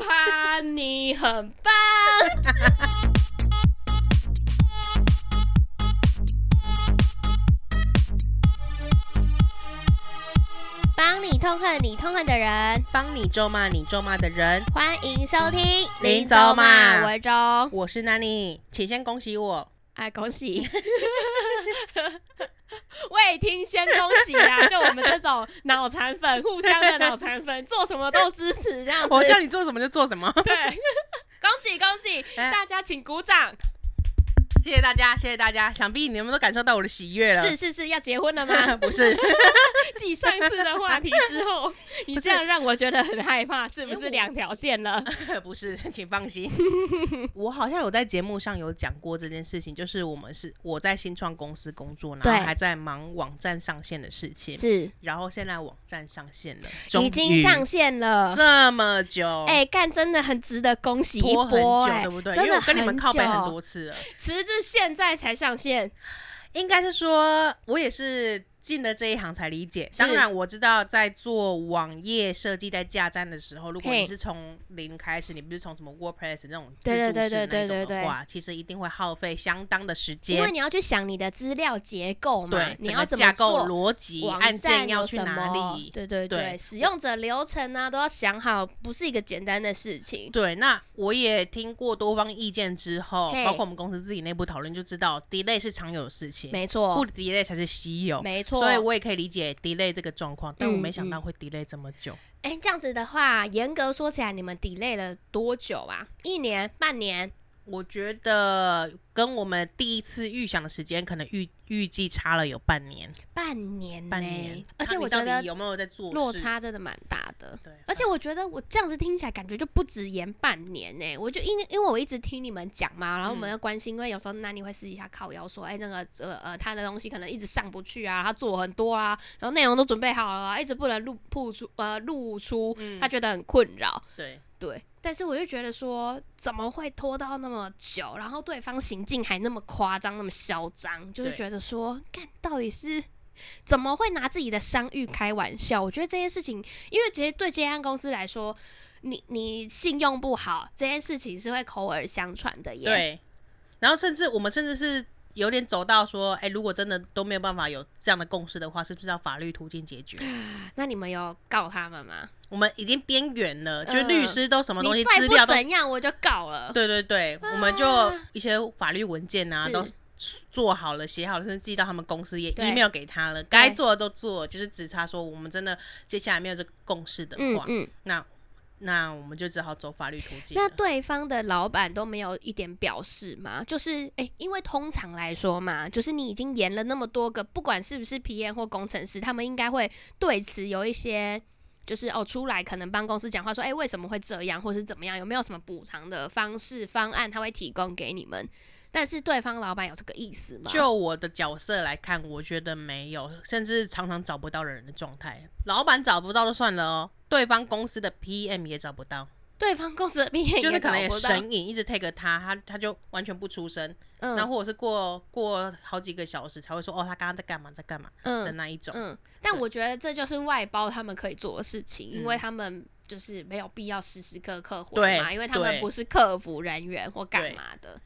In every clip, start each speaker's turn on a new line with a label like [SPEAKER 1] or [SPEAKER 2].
[SPEAKER 1] 欢你很 棒。
[SPEAKER 2] 帮你痛恨你痛恨的人，
[SPEAKER 3] 帮你咒骂你咒骂的人。
[SPEAKER 2] 欢迎收听《
[SPEAKER 3] 林走马
[SPEAKER 2] 我是周，
[SPEAKER 3] 我是 Nani，请先恭喜我。
[SPEAKER 1] 哎，恭 喜！未听先恭喜 啊！就我们这种脑残粉，互相的脑残粉，做什么都支持 这样子。
[SPEAKER 3] 我叫你做什么就做什么。
[SPEAKER 1] 对，恭喜恭喜！
[SPEAKER 3] 哎
[SPEAKER 1] 大家请鼓掌。
[SPEAKER 3] 谢谢大家，谢谢大家。想必你们都感受到我的喜悦了。？
[SPEAKER 1] 是是是，要结婚了吗
[SPEAKER 3] 不是？
[SPEAKER 1] 继上次的话题之后，你
[SPEAKER 3] 不是
[SPEAKER 1] 这样让我觉得很害怕，是不
[SPEAKER 3] 因为
[SPEAKER 1] 是
[SPEAKER 3] 我
[SPEAKER 1] 两条线了？
[SPEAKER 3] 不是， 请放心。我好像有在节目上有讲过这件事情，就是我们是我在新创公司工作，然
[SPEAKER 2] 对
[SPEAKER 3] 后还在忙网站上线的事情，
[SPEAKER 2] 是
[SPEAKER 3] 然后现在网站上线了，
[SPEAKER 2] 已经上线了。
[SPEAKER 3] 这么久，
[SPEAKER 2] 哎、干真的很值得恭喜一
[SPEAKER 3] 拖很
[SPEAKER 2] 波、
[SPEAKER 3] 久，
[SPEAKER 2] 哎，
[SPEAKER 3] 对不对？因
[SPEAKER 2] 真
[SPEAKER 3] 为
[SPEAKER 2] 的
[SPEAKER 3] 我跟你们靠背很
[SPEAKER 2] 久
[SPEAKER 3] 多次了。
[SPEAKER 1] 迟至现在才上线，
[SPEAKER 3] 应该是说，我也是进了这一行才理解。
[SPEAKER 1] 是
[SPEAKER 3] 当然，我知道在做网页设计、在架站的时候，如果
[SPEAKER 2] 嘿
[SPEAKER 3] 你是从零开始，你不是从什么 WordPress 那种自
[SPEAKER 2] 对
[SPEAKER 3] 助式
[SPEAKER 2] 对对对
[SPEAKER 3] 那一
[SPEAKER 2] 对
[SPEAKER 3] 种
[SPEAKER 2] 对
[SPEAKER 3] 的话，其实一定会耗费相当的时
[SPEAKER 2] 因为
[SPEAKER 3] 间。
[SPEAKER 2] 你 要去想你的资料结构嘛，
[SPEAKER 3] 对，
[SPEAKER 2] 你
[SPEAKER 3] 整
[SPEAKER 2] 要
[SPEAKER 3] 个
[SPEAKER 2] 怎
[SPEAKER 3] 架
[SPEAKER 2] 么
[SPEAKER 3] 构
[SPEAKER 2] 做？
[SPEAKER 3] 逻辑、
[SPEAKER 2] 网
[SPEAKER 3] 按
[SPEAKER 2] 站
[SPEAKER 3] 键
[SPEAKER 2] 有
[SPEAKER 3] 要去
[SPEAKER 2] 什
[SPEAKER 3] 哪
[SPEAKER 2] 么？
[SPEAKER 3] 里？
[SPEAKER 2] 对对
[SPEAKER 3] 对
[SPEAKER 2] 使用者流程啊都要想好，不是一个简单的事情。
[SPEAKER 3] 对，那我也听过多方意见之后，
[SPEAKER 2] 嘿
[SPEAKER 3] 包括我们公司自己内部讨论，就知道 delay 是常有的事情，
[SPEAKER 2] 没
[SPEAKER 3] 嗯不
[SPEAKER 2] 错，
[SPEAKER 3] delay 才是稀有。
[SPEAKER 2] 没错。
[SPEAKER 3] 所以我也可以理解 delay 这个状况，但我
[SPEAKER 2] 嗯
[SPEAKER 3] 没想到
[SPEAKER 2] 嗯
[SPEAKER 3] 会 delay 这么久。
[SPEAKER 2] 哎、这样子的话，严格说起来，你们 delay 了多久啊？一年、半年？
[SPEAKER 3] 我觉得跟我们第一次预想的时间，可能预预计差了有半年，
[SPEAKER 2] 半年、呢？
[SPEAKER 3] 半年。
[SPEAKER 2] 而且
[SPEAKER 3] 那你
[SPEAKER 2] 我觉
[SPEAKER 3] 到
[SPEAKER 2] 得
[SPEAKER 3] 底有没有在做
[SPEAKER 2] 落
[SPEAKER 3] 事？
[SPEAKER 2] 差真的蛮大的。
[SPEAKER 3] 对，嗯
[SPEAKER 2] 而且我觉得我这样子听起来，感觉就不止延半年呢、我就因为因为我一直听你们讲嘛，然后我们
[SPEAKER 3] 嗯
[SPEAKER 2] 要关心，因为有时候那你会私底下靠腰说，哎、那个呃呃，他的东西可能一直上不去啊，他做很多啊，然后内容都准备好了、啊，一直不能露曝出呃露出，
[SPEAKER 3] 嗯
[SPEAKER 2] 他觉得很困扰。
[SPEAKER 3] 对，
[SPEAKER 2] 对，但是我就觉得说，怎么会拖到那么久？然后对方行径还那么夸张，那么嚣张，就是
[SPEAKER 3] 对
[SPEAKER 2] 觉得说，干到底是怎么会拿自己的商誉开玩笑？我觉得这件事情，因为觉得对接案公司来说，你你信用不好这件事情是会口耳相传的耶。
[SPEAKER 3] 对。然后甚至我们甚至是有点走到说，哎、如果真的都没有办法有这样的共识的话，是不是要法律途径解决？
[SPEAKER 2] 那你们有告他们吗？
[SPEAKER 3] 我们已经边缘了，就
[SPEAKER 2] 嗯
[SPEAKER 3] 律师都什么东
[SPEAKER 2] 你
[SPEAKER 3] 西
[SPEAKER 2] 再
[SPEAKER 3] 资料
[SPEAKER 2] 不
[SPEAKER 3] 都，
[SPEAKER 2] 怎样，我就告了。
[SPEAKER 3] 对对对，我们就
[SPEAKER 2] 啊
[SPEAKER 3] 一些法律文件啊
[SPEAKER 2] 是
[SPEAKER 3] 都。做好了，写好了，甚至寄到他们公司，也
[SPEAKER 2] 对
[SPEAKER 3] email 给他了，该做的都做了，就是只差说我们真的接下来没有这个共识的
[SPEAKER 2] 嗯
[SPEAKER 3] 话，
[SPEAKER 2] 嗯，
[SPEAKER 3] 那那我们就只好走法律途径
[SPEAKER 2] 那
[SPEAKER 3] 了。
[SPEAKER 2] 对方的老板都没有一点表示吗？就是诶、因为通常来说嘛，就是你已经延了那么多个，不管是不是 PM 或工程师，他们应该会对此有一些。就是哦，出来可能帮公司讲话说，诶，为什么会这样，或是怎么样，有没有什么补偿的方式方案，他会提供给你们。但是对方老板有这个意思吗？
[SPEAKER 3] 就我的角色来看，我觉得没有，甚至常常找不到人的状态。老板找不到就算了哦，对方公司的 PM 也找不到，
[SPEAKER 2] 对方公司的 PM
[SPEAKER 3] 就是
[SPEAKER 2] 也
[SPEAKER 3] 可
[SPEAKER 2] 找
[SPEAKER 3] 能也
[SPEAKER 2] 不到，
[SPEAKER 3] 神隐，一直 take 他，他他就完全不出声，然
[SPEAKER 2] 嗯
[SPEAKER 3] 后或者是过过好几个小时才会说，哦，他刚刚在干嘛，在干嘛的
[SPEAKER 2] 嗯
[SPEAKER 3] 那一种。
[SPEAKER 2] 嗯，但
[SPEAKER 3] 对
[SPEAKER 2] 我觉得这就是外包他们可以做的事情，因为
[SPEAKER 3] 嗯
[SPEAKER 2] 他们就是没有必要时时刻刻回
[SPEAKER 3] 对
[SPEAKER 2] 嘛，因为他们
[SPEAKER 3] 对
[SPEAKER 2] 不是客服人员或干
[SPEAKER 3] 对
[SPEAKER 2] 嘛的。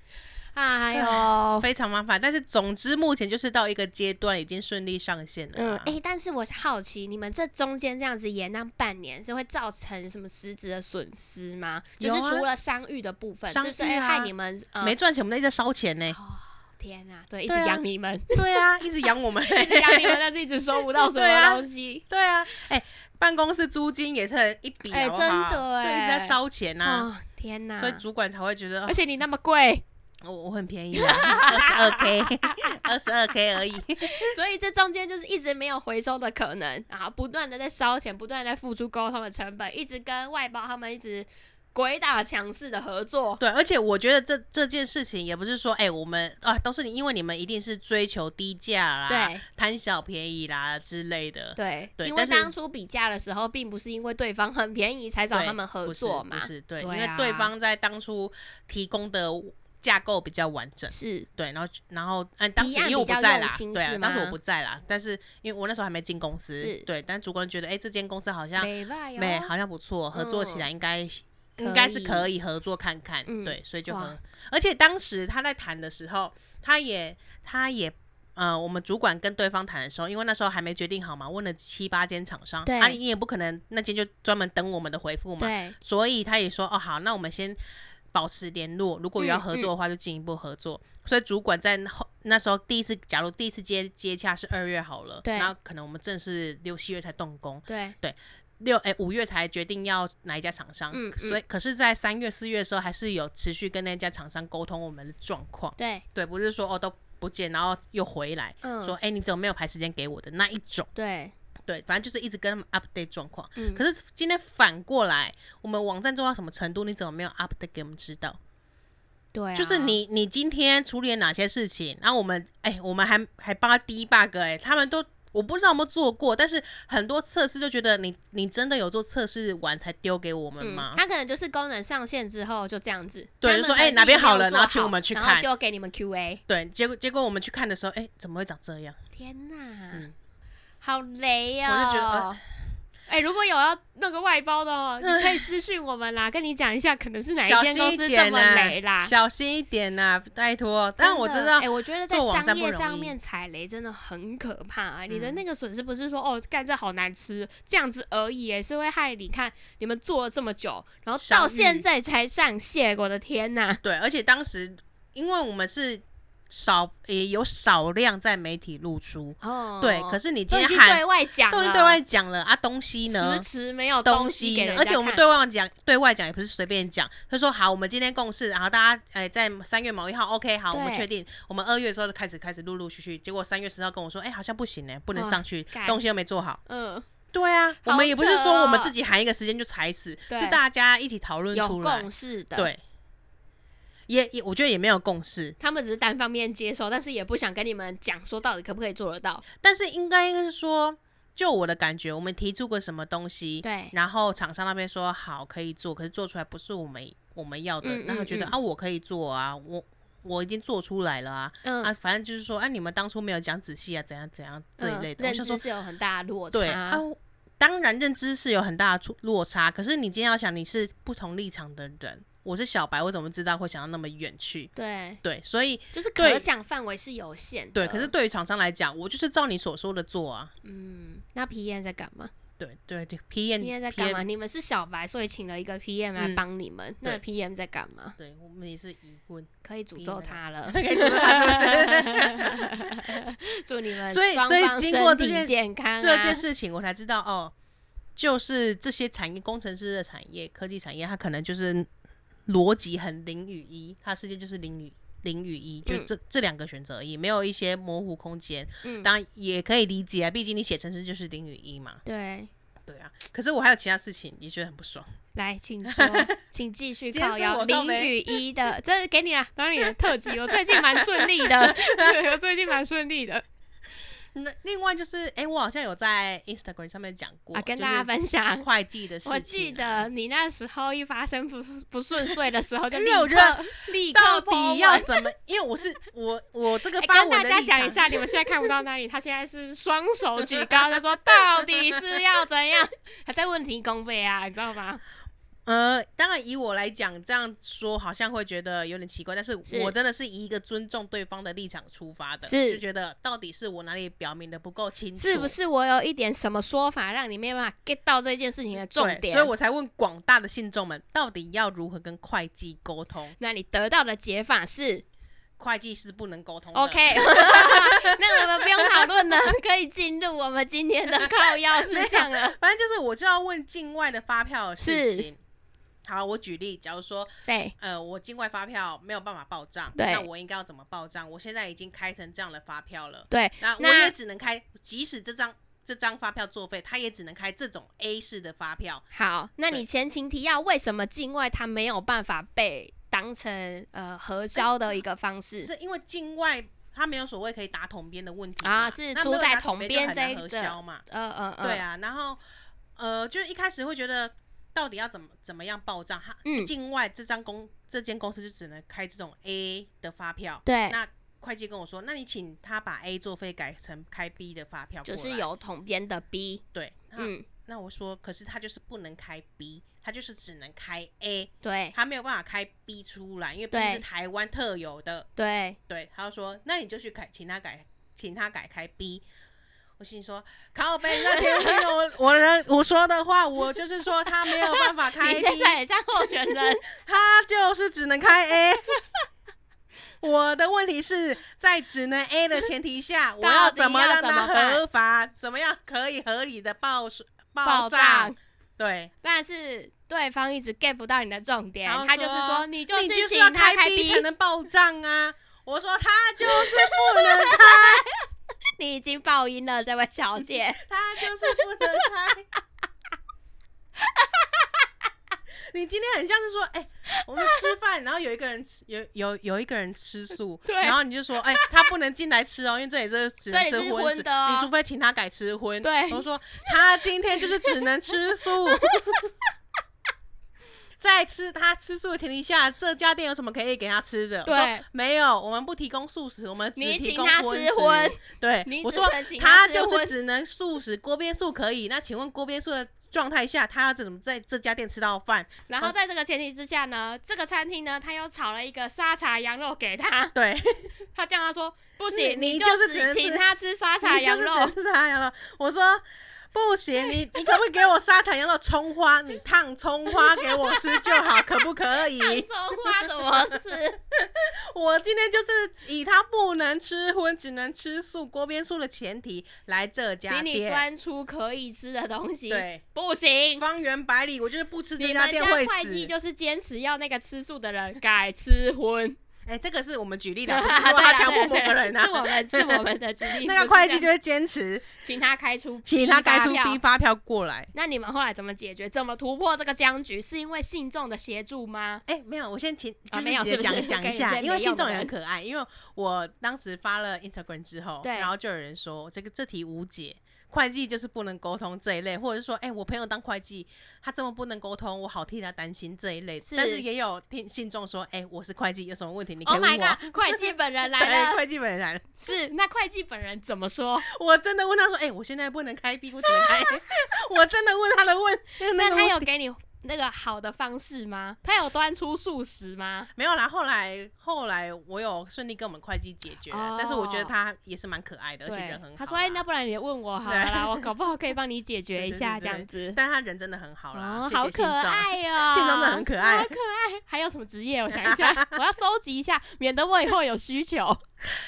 [SPEAKER 2] 哎呦，
[SPEAKER 3] 非常麻烦，但是总之目前就是到一个阶段，已经顺利上线了
[SPEAKER 2] 嗯，
[SPEAKER 3] 啦。
[SPEAKER 2] 哎、但是我好奇，你们这中间这样子延宕半年，是会造成什么实质的损失吗？就
[SPEAKER 3] 有
[SPEAKER 2] 是
[SPEAKER 3] 啊
[SPEAKER 2] 除了商誉的部分，
[SPEAKER 3] 商
[SPEAKER 2] 是不是？
[SPEAKER 3] 誉
[SPEAKER 2] 哎、害
[SPEAKER 3] 啊
[SPEAKER 2] 你们呃，
[SPEAKER 3] 没赚钱，我们一直在烧钱呢。
[SPEAKER 2] 哦，天哪、对，一直
[SPEAKER 3] 对啊
[SPEAKER 2] 养你 们，
[SPEAKER 3] 对啊，一直养 我们。
[SPEAKER 2] 一直养你们，但是一直收不到什
[SPEAKER 3] 对
[SPEAKER 2] 么
[SPEAKER 3] 啊
[SPEAKER 2] 东西。
[SPEAKER 3] 对啊，哎、办公室租金也是一笔，
[SPEAKER 2] 哎
[SPEAKER 3] 好不好
[SPEAKER 2] 真的
[SPEAKER 3] 对，一直
[SPEAKER 2] 哎
[SPEAKER 3] 在烧钱呐、
[SPEAKER 2] 哦，天哪、
[SPEAKER 3] 所以主管才会觉得，
[SPEAKER 2] 而且你那么贵。
[SPEAKER 3] 哦、我我很便宜啊，二十二 k，二 十二 k 而已。
[SPEAKER 2] 所以这中间就是一直没有回收的可能，然后不断的在烧钱，不断的在付出沟通的成本，一直跟外包他们一直鬼打墙式的合作。
[SPEAKER 3] 对，而且我觉得这这件事情也不是说，哎、我们啊，都是你，因为你们一定是追求低价啦，
[SPEAKER 2] 对
[SPEAKER 3] 贪小便宜啦之类的。
[SPEAKER 2] 对，
[SPEAKER 3] 啊对
[SPEAKER 2] 因为
[SPEAKER 3] 但是
[SPEAKER 2] 当初比价的时候，并不是因为对方很便宜才找
[SPEAKER 3] 对
[SPEAKER 2] 他们合
[SPEAKER 3] 不是
[SPEAKER 2] 作嘛
[SPEAKER 3] 不，是
[SPEAKER 2] 对
[SPEAKER 3] 对，因为
[SPEAKER 2] 啊
[SPEAKER 3] 对方在当初提供的架构比较完整。
[SPEAKER 2] 是
[SPEAKER 3] 对，然后然后嗯，当时
[SPEAKER 2] 提案
[SPEAKER 3] 因为我
[SPEAKER 2] 比较
[SPEAKER 3] 不在
[SPEAKER 2] 用
[SPEAKER 3] 啦
[SPEAKER 2] 心，
[SPEAKER 3] 对
[SPEAKER 2] 是
[SPEAKER 3] 啊，当时我
[SPEAKER 2] 吗
[SPEAKER 3] 不在啦，但是因为我那时候还没进公司
[SPEAKER 2] 是，
[SPEAKER 3] 对，但主管觉得哎、这间公司好像
[SPEAKER 2] 美外
[SPEAKER 3] 没
[SPEAKER 2] 哦，
[SPEAKER 3] 好像不错，合作起来应该应该是可
[SPEAKER 2] 以，
[SPEAKER 3] 以合作看看，
[SPEAKER 2] 嗯
[SPEAKER 3] 对，所以就
[SPEAKER 2] 哇
[SPEAKER 3] 很，而且当时他在谈的时候，他也他也。呃，我们主管跟对方谈的时候，因为那时候还没决定好嘛，问了七八间厂商，
[SPEAKER 2] 对
[SPEAKER 3] 啊，你也不可能那间就专门等我们的回复嘛，
[SPEAKER 2] 对，
[SPEAKER 3] 所以他也说，哦，好，那我们先保持联络，如果有要
[SPEAKER 2] 嗯
[SPEAKER 3] 合作的话，就进一步合作。所以主管在后那时候第一次，假如第一次接接洽是二月好了，
[SPEAKER 2] 对
[SPEAKER 3] 那可能我们正式六七月才动工，
[SPEAKER 2] 对，
[SPEAKER 3] 六哎五月才决定要哪一家厂商，
[SPEAKER 2] 嗯嗯
[SPEAKER 3] 所以可是，在三月四月的时候，还是有持续跟那家厂商沟通我们的状况，
[SPEAKER 2] 对，
[SPEAKER 3] 对，不是说哦都不见，然后又回来、
[SPEAKER 2] 嗯，
[SPEAKER 3] 说，哎、你怎么没有排时间给我的那一种，
[SPEAKER 2] 对，
[SPEAKER 3] 对，反正就是一直跟他们 update 状况。
[SPEAKER 2] 嗯，
[SPEAKER 3] 可是今天反过来，我们网站做到什么程度，你怎么没有 update 给我们知道？
[SPEAKER 2] 对啊，
[SPEAKER 3] 就是你你今天处理了哪些事情，然后我们哎、我们还还帮他 debug 哎、他们都我不知道有没有做过，但是很多测试就觉得你你真的有做测试完才丢给我们
[SPEAKER 2] 嗯，
[SPEAKER 3] 吗？
[SPEAKER 2] 他可能就是功能上线之后就这样子，
[SPEAKER 3] 对
[SPEAKER 2] 他
[SPEAKER 3] 就
[SPEAKER 2] 们
[SPEAKER 3] 说
[SPEAKER 2] 可能
[SPEAKER 3] 哎哪边
[SPEAKER 2] 自己没有
[SPEAKER 3] 好了
[SPEAKER 2] 做
[SPEAKER 3] 然后请我们去
[SPEAKER 2] 然后
[SPEAKER 3] 看
[SPEAKER 2] 丢给你们 QA。
[SPEAKER 3] 对，结果结果我们去看的时候，哎、怎么会长这样？
[SPEAKER 2] 天哪
[SPEAKER 3] 嗯，
[SPEAKER 2] 好雷
[SPEAKER 3] 我就觉得
[SPEAKER 2] 哦
[SPEAKER 3] 呃！
[SPEAKER 2] 哎，如果有要那个外包的 哦，你可以私讯我们啦，跟你讲一下可能是哪
[SPEAKER 3] 小
[SPEAKER 2] 一间
[SPEAKER 3] 心
[SPEAKER 2] 公
[SPEAKER 3] 一
[SPEAKER 2] 司这
[SPEAKER 3] 点
[SPEAKER 2] 么
[SPEAKER 3] 啊
[SPEAKER 2] 雷啦。
[SPEAKER 3] 小心一点呐、拜托。但我知
[SPEAKER 2] 真的
[SPEAKER 3] 道
[SPEAKER 2] 哎、，我觉得在
[SPEAKER 3] 做网
[SPEAKER 2] 商
[SPEAKER 3] 站不
[SPEAKER 2] 业
[SPEAKER 3] 容
[SPEAKER 2] 上
[SPEAKER 3] 易
[SPEAKER 2] 面踩雷真的很可怕、啊你的
[SPEAKER 3] 嗯
[SPEAKER 2] 那个损失不是说哦，干这好难吃这样子而已，哎，是会害你看你们做了这么久，然后到
[SPEAKER 3] 商
[SPEAKER 2] 现
[SPEAKER 3] 誉
[SPEAKER 2] 在才上线，我的天呐！
[SPEAKER 3] 对，而且当时因为我们是少也有少量在媒体露出，
[SPEAKER 2] 哦，
[SPEAKER 3] 对，可是你今
[SPEAKER 2] 都已
[SPEAKER 3] 天
[SPEAKER 2] 经
[SPEAKER 3] 喊
[SPEAKER 2] 对外讲了，
[SPEAKER 3] 都已经对外讲了啊，东西呢？
[SPEAKER 2] 迟迟没有
[SPEAKER 3] 东
[SPEAKER 2] 西
[SPEAKER 3] 西
[SPEAKER 2] 给
[SPEAKER 3] 呢
[SPEAKER 2] 人，
[SPEAKER 3] 而
[SPEAKER 2] 家
[SPEAKER 3] 且我们
[SPEAKER 2] 看
[SPEAKER 3] 对外讲对外讲也不是随便讲，他说好，我们今天共事，然后大家哎、在三月某一号 OK 好，我们
[SPEAKER 2] 对
[SPEAKER 3] 确定，我们二月的时候就开始开始陆陆续续，结果三月十号跟我说，哎、好像不行呢、不能
[SPEAKER 2] 哇
[SPEAKER 3] 上去
[SPEAKER 2] 干，
[SPEAKER 3] 东西又没做好。
[SPEAKER 2] 嗯
[SPEAKER 3] 对啊，我
[SPEAKER 2] 好
[SPEAKER 3] 们也不是
[SPEAKER 2] 扯
[SPEAKER 3] 说我们
[SPEAKER 2] 哦
[SPEAKER 3] 自己喊一个时间就踩死，
[SPEAKER 2] 对
[SPEAKER 3] 是大家一起讨论
[SPEAKER 2] 有
[SPEAKER 3] 出来
[SPEAKER 2] 共，识的，，
[SPEAKER 3] 对，也也我觉得也没有共识，
[SPEAKER 2] 他们只是单方面接受，但是也不想跟你们讲说到底可不可以做得到，
[SPEAKER 3] 但是应该应该是说，就我的感觉，我们提出个什么东西，
[SPEAKER 2] 对，
[SPEAKER 3] 然后厂商那边说好可以做，可是做出来不是我们我们要的，
[SPEAKER 2] 嗯
[SPEAKER 3] 那他觉得、
[SPEAKER 2] 嗯嗯
[SPEAKER 3] 啊我可以做啊，我我已经做出来了啊、
[SPEAKER 2] 嗯，
[SPEAKER 3] 啊，反正就是说啊你们当初没有讲仔细啊，怎样怎样这一
[SPEAKER 2] 嗯
[SPEAKER 3] 类的，我
[SPEAKER 2] 认
[SPEAKER 3] 想说
[SPEAKER 2] 知是有很大的落差，
[SPEAKER 3] 对啊，当然认知是有很大的出落差，可是你今天要想你是不同立场的人，我是小白，我怎么知道会想到那么远去？
[SPEAKER 2] 对，
[SPEAKER 3] 对，所以
[SPEAKER 2] 就是
[SPEAKER 3] 对
[SPEAKER 2] 可想范围是有限的。
[SPEAKER 3] 对，可是对于厂商来讲，我就是照你所说的做啊，
[SPEAKER 2] 嗯，那 PM 在干嘛
[SPEAKER 3] 对对对，P N
[SPEAKER 2] ？PM 在干嘛？你们是小白，所以请了一个 PM 来
[SPEAKER 3] 嗯
[SPEAKER 2] 帮你们。那
[SPEAKER 3] 对
[SPEAKER 2] PM 在干嘛？
[SPEAKER 3] 对我们也是疑问，
[SPEAKER 2] 可以诅咒
[SPEAKER 3] PM
[SPEAKER 2] 他了，
[SPEAKER 3] 可以读他是不是？
[SPEAKER 2] 祝你们
[SPEAKER 3] 所以
[SPEAKER 2] 双
[SPEAKER 3] 所以
[SPEAKER 2] 方
[SPEAKER 3] 经
[SPEAKER 2] 身
[SPEAKER 3] 过这
[SPEAKER 2] 体
[SPEAKER 3] 件
[SPEAKER 2] 健康啊。
[SPEAKER 3] 这件事情我才知道哦，就是这些产业，工程师的产业、科技产业，它可能就是逻辑很零与一，它世界就是零与零与一，就
[SPEAKER 2] 嗯
[SPEAKER 3] 这、这两个选择而已，没有一些模糊空间。
[SPEAKER 2] 嗯，
[SPEAKER 3] 当然也可以理解啊，毕竟你写程式就是零与一嘛。
[SPEAKER 2] 对，
[SPEAKER 3] 对啊，可是我还有其他事情也觉得很不爽。
[SPEAKER 2] 来，请说，请继续
[SPEAKER 3] 今天
[SPEAKER 2] 靠
[SPEAKER 3] 是
[SPEAKER 2] 腰
[SPEAKER 3] 我倒
[SPEAKER 2] 零
[SPEAKER 3] 霉
[SPEAKER 2] 与一的，这是给你了，当然你的特辑，我最近蛮顺利 的，我最近蛮顺利的
[SPEAKER 3] 那另外就是，哎、我好像有在 Instagram 上面讲过，
[SPEAKER 2] 啊，跟大家分 享
[SPEAKER 3] 就是。会计的事情、啊
[SPEAKER 2] 我记。得你那时候一发生不不顺遂的时 候，就
[SPEAKER 3] 因
[SPEAKER 2] 立
[SPEAKER 3] 为我觉
[SPEAKER 2] 刻
[SPEAKER 3] 得
[SPEAKER 2] 立刻
[SPEAKER 3] 到
[SPEAKER 2] po
[SPEAKER 3] 底要
[SPEAKER 2] 文
[SPEAKER 3] 怎么？因为我是我我这个
[SPEAKER 2] 哎
[SPEAKER 3] 发
[SPEAKER 2] 跟大
[SPEAKER 3] 文的
[SPEAKER 2] 家
[SPEAKER 3] 立
[SPEAKER 2] 讲
[SPEAKER 3] 场
[SPEAKER 2] 一下，你们现在看不到那里，他现在是双手举 高， 他说到底是要怎样？ 还在问题公费啊，你知道吗？
[SPEAKER 3] 呃，当然以我来讲，这样说好像会觉得有点奇怪，但是
[SPEAKER 2] 是
[SPEAKER 3] 我真的是以一个尊重对方的立场出发的，
[SPEAKER 2] 是
[SPEAKER 3] 就觉得到底是我哪里表明的不够清 楚，
[SPEAKER 2] 是不是我有一点什么说法让你没有办法 get 到这件事情的重
[SPEAKER 3] 对
[SPEAKER 2] 点？
[SPEAKER 3] 所以我才问广大的信众们，到底要如何跟会计沟通？
[SPEAKER 2] 那你得到的解法是
[SPEAKER 3] 会计是不能沟通 的。
[SPEAKER 2] OK，那我们不用讨论了，可以进入我们今天的 靠腰事项了。
[SPEAKER 3] 反正就是我就要问境外的发票的事
[SPEAKER 2] 是
[SPEAKER 3] 情。好，我举例，假如说，
[SPEAKER 2] 对，
[SPEAKER 3] 呃，我境外发票没有办法报账，
[SPEAKER 2] 对
[SPEAKER 3] 那我应该要怎么报账？我现在已经开成这样的发票了，
[SPEAKER 2] 对，
[SPEAKER 3] 那我
[SPEAKER 2] 那
[SPEAKER 3] 也只能开，即使这张这张发票作废，他也只能开这种 A 式的发票。
[SPEAKER 2] 好，那
[SPEAKER 3] 对
[SPEAKER 2] 你前情提要，为什么境外它没有办法被当成呃
[SPEAKER 3] 哎
[SPEAKER 2] 核销的一个方式？
[SPEAKER 3] 是因为境外他没有所谓可以打统编的问题
[SPEAKER 2] 啊
[SPEAKER 3] 嘛
[SPEAKER 2] 是
[SPEAKER 3] 那
[SPEAKER 2] 出
[SPEAKER 3] 没有
[SPEAKER 2] 在
[SPEAKER 3] 打
[SPEAKER 2] 统
[SPEAKER 3] 统
[SPEAKER 2] 编
[SPEAKER 3] 就很
[SPEAKER 2] 这
[SPEAKER 3] 难
[SPEAKER 2] 一
[SPEAKER 3] 核
[SPEAKER 2] 个
[SPEAKER 3] 销嘛。
[SPEAKER 2] 呃呃呃，
[SPEAKER 3] 对啊，然后呃，就是一开始会觉得到底要怎么怎么样报账？他、
[SPEAKER 2] 嗯
[SPEAKER 3] 境外这张公这间公司就只能开这种 A 的发票。
[SPEAKER 2] 对，
[SPEAKER 3] 那会计跟我说，那你请他把 A 作废改成开 B 的发票过
[SPEAKER 2] 就
[SPEAKER 3] 来，
[SPEAKER 2] 是有统编的 B，
[SPEAKER 3] 对，那、
[SPEAKER 2] 嗯，
[SPEAKER 3] 那我说，可是他就是不能开 B，它就是只能开 A，
[SPEAKER 2] 对
[SPEAKER 3] 它没有办法开 B 出来，因为 B
[SPEAKER 2] 对
[SPEAKER 3] 是台湾特有的。
[SPEAKER 2] 对，
[SPEAKER 3] 对，他就说那你就去改，请他改，请他改开 B。我心里说，靠背，那天没有我 的我说的话，我就是说他没有办法开
[SPEAKER 2] 你
[SPEAKER 3] B，
[SPEAKER 2] 现在也像候选 人，
[SPEAKER 3] 他就是只能开 A。我的问题是在只 能 A 的前提 下，我
[SPEAKER 2] 到底
[SPEAKER 3] 怎么
[SPEAKER 2] 要
[SPEAKER 3] 让
[SPEAKER 2] 怎
[SPEAKER 3] 它
[SPEAKER 2] 么办
[SPEAKER 3] 合法？怎么样可以合理的爆水
[SPEAKER 2] 爆
[SPEAKER 3] 炸？
[SPEAKER 2] 炸
[SPEAKER 3] 对，
[SPEAKER 2] 但是对方一直 get 不到你的重点
[SPEAKER 3] 然后，
[SPEAKER 2] 他就是
[SPEAKER 3] 说
[SPEAKER 2] 说你就
[SPEAKER 3] 你
[SPEAKER 2] 是
[SPEAKER 3] 就是
[SPEAKER 2] 请
[SPEAKER 3] 要
[SPEAKER 2] 他
[SPEAKER 3] 开
[SPEAKER 2] B，
[SPEAKER 3] B 才能爆炸啊！我说他就是不能开，
[SPEAKER 2] 你已经爆音了，这位小姐。
[SPEAKER 3] 他就是不能开。 你今天很像是说，哎、我们吃饭，然后有一个人吃，有有有一个人吃素，
[SPEAKER 2] 对
[SPEAKER 3] 然后你就说，哎、他不能进来吃哦，因为这里是只能
[SPEAKER 2] 这
[SPEAKER 3] 吃
[SPEAKER 2] 里是
[SPEAKER 3] 荤
[SPEAKER 2] 荤
[SPEAKER 3] 食，
[SPEAKER 2] 的哦
[SPEAKER 3] 你除非请他改吃荤。
[SPEAKER 2] 对
[SPEAKER 3] 我说他今天就是只能吃素，在吃他吃素的前提下，这家店有什么可以给他吃的？我说
[SPEAKER 2] 对，
[SPEAKER 3] 没有，我们不提供素食，我们只
[SPEAKER 2] 你
[SPEAKER 3] 提
[SPEAKER 2] 请
[SPEAKER 3] 供
[SPEAKER 2] 他
[SPEAKER 3] 荤
[SPEAKER 2] 吃
[SPEAKER 3] 食
[SPEAKER 2] 荤。
[SPEAKER 3] 对
[SPEAKER 2] 你，
[SPEAKER 3] 我
[SPEAKER 2] 只
[SPEAKER 3] 说
[SPEAKER 2] 能请
[SPEAKER 3] 他
[SPEAKER 2] 他吃
[SPEAKER 3] 就是
[SPEAKER 2] 荤
[SPEAKER 3] 只能素食，锅边素可以。那请问锅边素的状态下，他要怎么在这家店吃到饭？
[SPEAKER 2] 然
[SPEAKER 3] 好
[SPEAKER 2] 后在这个前提之下呢，这个餐厅呢，他又炒了一个沙茶羊肉给他，
[SPEAKER 3] 对，
[SPEAKER 2] 他叫他说不行，
[SPEAKER 3] 你你
[SPEAKER 2] 就
[SPEAKER 3] 就是只能
[SPEAKER 2] 只
[SPEAKER 3] 吃
[SPEAKER 2] 请他吃沙茶
[SPEAKER 3] 你就
[SPEAKER 2] 羊
[SPEAKER 3] 是
[SPEAKER 2] 肉，
[SPEAKER 3] 只能吃沙茶羊肉。我说不行，你你可不可以给我沙茶羊肉葱花？你烫葱花给我吃就好，可不可
[SPEAKER 2] 你
[SPEAKER 3] 以？
[SPEAKER 2] 说话怎 么吃？
[SPEAKER 3] 我今天就是以他不能吃荤，只能吃素锅边素的前提来这家
[SPEAKER 2] 请你
[SPEAKER 3] 店。
[SPEAKER 2] 端出可以吃的东西，
[SPEAKER 3] 对，
[SPEAKER 2] 不行。
[SPEAKER 3] 方圆百里，我就是不吃这
[SPEAKER 2] 你
[SPEAKER 3] 家
[SPEAKER 2] 们
[SPEAKER 3] 店
[SPEAKER 2] 家
[SPEAKER 3] 会
[SPEAKER 2] 会计
[SPEAKER 3] 死。
[SPEAKER 2] 就是坚持要那个吃素的人改吃荤，
[SPEAKER 3] 哎、这个是我们 举例的，不
[SPEAKER 2] 对
[SPEAKER 3] 是
[SPEAKER 2] 啦
[SPEAKER 3] 说他强迫
[SPEAKER 2] 对
[SPEAKER 3] 某
[SPEAKER 2] 啦
[SPEAKER 3] 个人啊。
[SPEAKER 2] 是我们是我们的 举例。
[SPEAKER 3] 那个
[SPEAKER 2] 不是这
[SPEAKER 3] 会计
[SPEAKER 2] 样
[SPEAKER 3] 就会坚持，
[SPEAKER 2] 请他开出 B
[SPEAKER 3] 请他开出
[SPEAKER 2] 发票
[SPEAKER 3] B 发票过来。
[SPEAKER 2] 那你们后来怎么解决？怎么突破这个僵局？是因为信众的协助吗？
[SPEAKER 3] 哎、没有，我先请，
[SPEAKER 2] 啊
[SPEAKER 3] 就是
[SPEAKER 2] 没有
[SPEAKER 3] 直
[SPEAKER 2] 是
[SPEAKER 3] 接
[SPEAKER 2] 不
[SPEAKER 3] 讲
[SPEAKER 2] 是
[SPEAKER 3] 讲一
[SPEAKER 2] 跟
[SPEAKER 3] 下，
[SPEAKER 2] 这些
[SPEAKER 3] 因为
[SPEAKER 2] 没用
[SPEAKER 3] 信
[SPEAKER 2] 的
[SPEAKER 3] 众也很
[SPEAKER 2] 人
[SPEAKER 3] 可爱。因为我当时发了 Instagram 之后，
[SPEAKER 2] 对
[SPEAKER 3] 然后就有人说这个这题无解，会计就是不能沟通这一类，或者是说，哎、我朋友当会计，他这么不能沟通，我好替他担心这一类。
[SPEAKER 2] 是
[SPEAKER 3] 但是也有听信众说，哎、我是会计，有什么问题你可
[SPEAKER 2] Oh
[SPEAKER 3] 以问
[SPEAKER 2] my
[SPEAKER 3] 我。
[SPEAKER 2] god！会计本人来
[SPEAKER 3] 对，
[SPEAKER 2] 了，
[SPEAKER 3] 会计本人来了，
[SPEAKER 2] 是那会计本人怎么说？
[SPEAKER 3] 我真的问他说，哎、我现在不能开 B，我只能开 A。我真的问他的问，那
[SPEAKER 2] 那
[SPEAKER 3] 个
[SPEAKER 2] 他
[SPEAKER 3] 问
[SPEAKER 2] 有给你那个好的方式吗？他有端出素食吗？
[SPEAKER 3] 没有啦，后来后来我有顺利跟我们会计解决了，
[SPEAKER 2] 哦
[SPEAKER 3] 但是我觉得他也是蛮可爱 的，而且
[SPEAKER 2] 对
[SPEAKER 3] 人很，好。
[SPEAKER 2] 他说：“哎，那，不然你问我好了 啦，我搞不好可以帮你解决一下这
[SPEAKER 3] 对对对
[SPEAKER 2] 样子。”
[SPEAKER 3] 但他人真的很好啦，
[SPEAKER 2] 哦，
[SPEAKER 3] 谢谢
[SPEAKER 2] 好可
[SPEAKER 3] 信中。
[SPEAKER 2] 爱 哦！
[SPEAKER 3] 信中真的很可爱
[SPEAKER 2] 好可爱。还有什么职业？我想一 下，我要搜集一下，免得我以后有需求。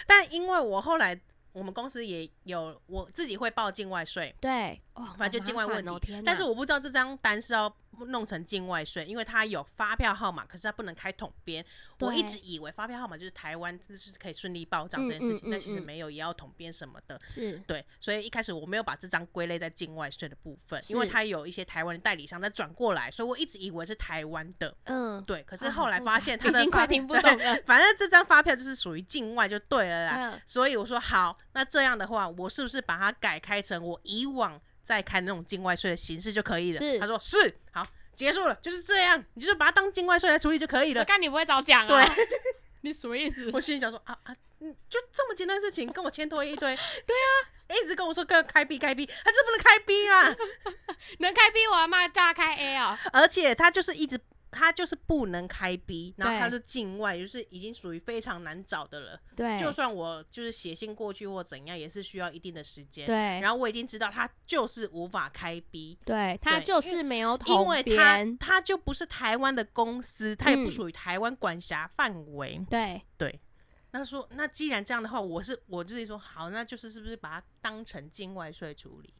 [SPEAKER 3] 但因为我后来我们公司也有我自己会报境外税，
[SPEAKER 2] 对，哇，
[SPEAKER 3] 反正就境外问题
[SPEAKER 2] 好麻烦哦，
[SPEAKER 3] 但是我不知道这张单是要弄成境外税，因为它有发票号码，可是它不能开统编。
[SPEAKER 2] 对
[SPEAKER 3] 我一直以为发票号码就是台湾就是可以顺利报账这件事
[SPEAKER 2] 嗯
[SPEAKER 3] 情，
[SPEAKER 2] 嗯嗯
[SPEAKER 3] 但其实
[SPEAKER 2] 嗯
[SPEAKER 3] 没有，也要统编什么的。
[SPEAKER 2] 是
[SPEAKER 3] 对，所以一开始我没有把这张归类在境外税的部分，因为
[SPEAKER 2] 是
[SPEAKER 3] 它有一些台湾的代理商在转过来，所以我一直以为是台湾的。
[SPEAKER 2] 嗯，
[SPEAKER 3] 对， 可是
[SPEAKER 2] 啊
[SPEAKER 3] 后
[SPEAKER 2] 好
[SPEAKER 3] 来
[SPEAKER 2] 复
[SPEAKER 3] 发
[SPEAKER 2] 杂
[SPEAKER 3] 现它
[SPEAKER 2] 已
[SPEAKER 3] 的
[SPEAKER 2] 经
[SPEAKER 3] 发
[SPEAKER 2] 快
[SPEAKER 3] 票
[SPEAKER 2] 听不懂了。
[SPEAKER 3] 反正这张发票就是属于境外就对啊了啦。
[SPEAKER 2] 嗯
[SPEAKER 3] 所以我说好，那这样的话，我是不是把它改开成我以往在开那种境外税的形式就可以了？
[SPEAKER 2] 是
[SPEAKER 3] 他说是，好，结束了，就是这样，你就是把它当境外税来处理就可以
[SPEAKER 2] 我
[SPEAKER 3] 了。
[SPEAKER 2] 看你不会早讲啊！
[SPEAKER 3] 对，
[SPEAKER 2] 你什么意思？
[SPEAKER 3] 我心里想说啊啊，嗯，就这么简单的事情，跟我牵拖一 堆。对啊，一直跟我说跟开 B 开 B，他就是不能开 B 啊。
[SPEAKER 2] 能开 B 我阿妈叫他开 A 哦。
[SPEAKER 3] 而且他就是一直他就是不能开 B，然后
[SPEAKER 2] 对
[SPEAKER 3] 他是境外，就是已经属于非常难找的了。
[SPEAKER 2] 对
[SPEAKER 3] 就算我就是写信过去或怎样，也是需要一定的时间。
[SPEAKER 2] 对
[SPEAKER 3] 然后我已经知道他就是无法开 B，
[SPEAKER 2] 对，他
[SPEAKER 3] 对
[SPEAKER 2] 就是没有
[SPEAKER 3] 因
[SPEAKER 2] 统
[SPEAKER 3] 为他
[SPEAKER 2] 编。
[SPEAKER 3] 他就不是台湾的公司，他也不
[SPEAKER 2] 嗯
[SPEAKER 3] 属于台湾管辖范围。
[SPEAKER 2] 对，
[SPEAKER 3] 对，那说那既然这样的话，我是我自己说好，那就是是不是把它当成境外税处理？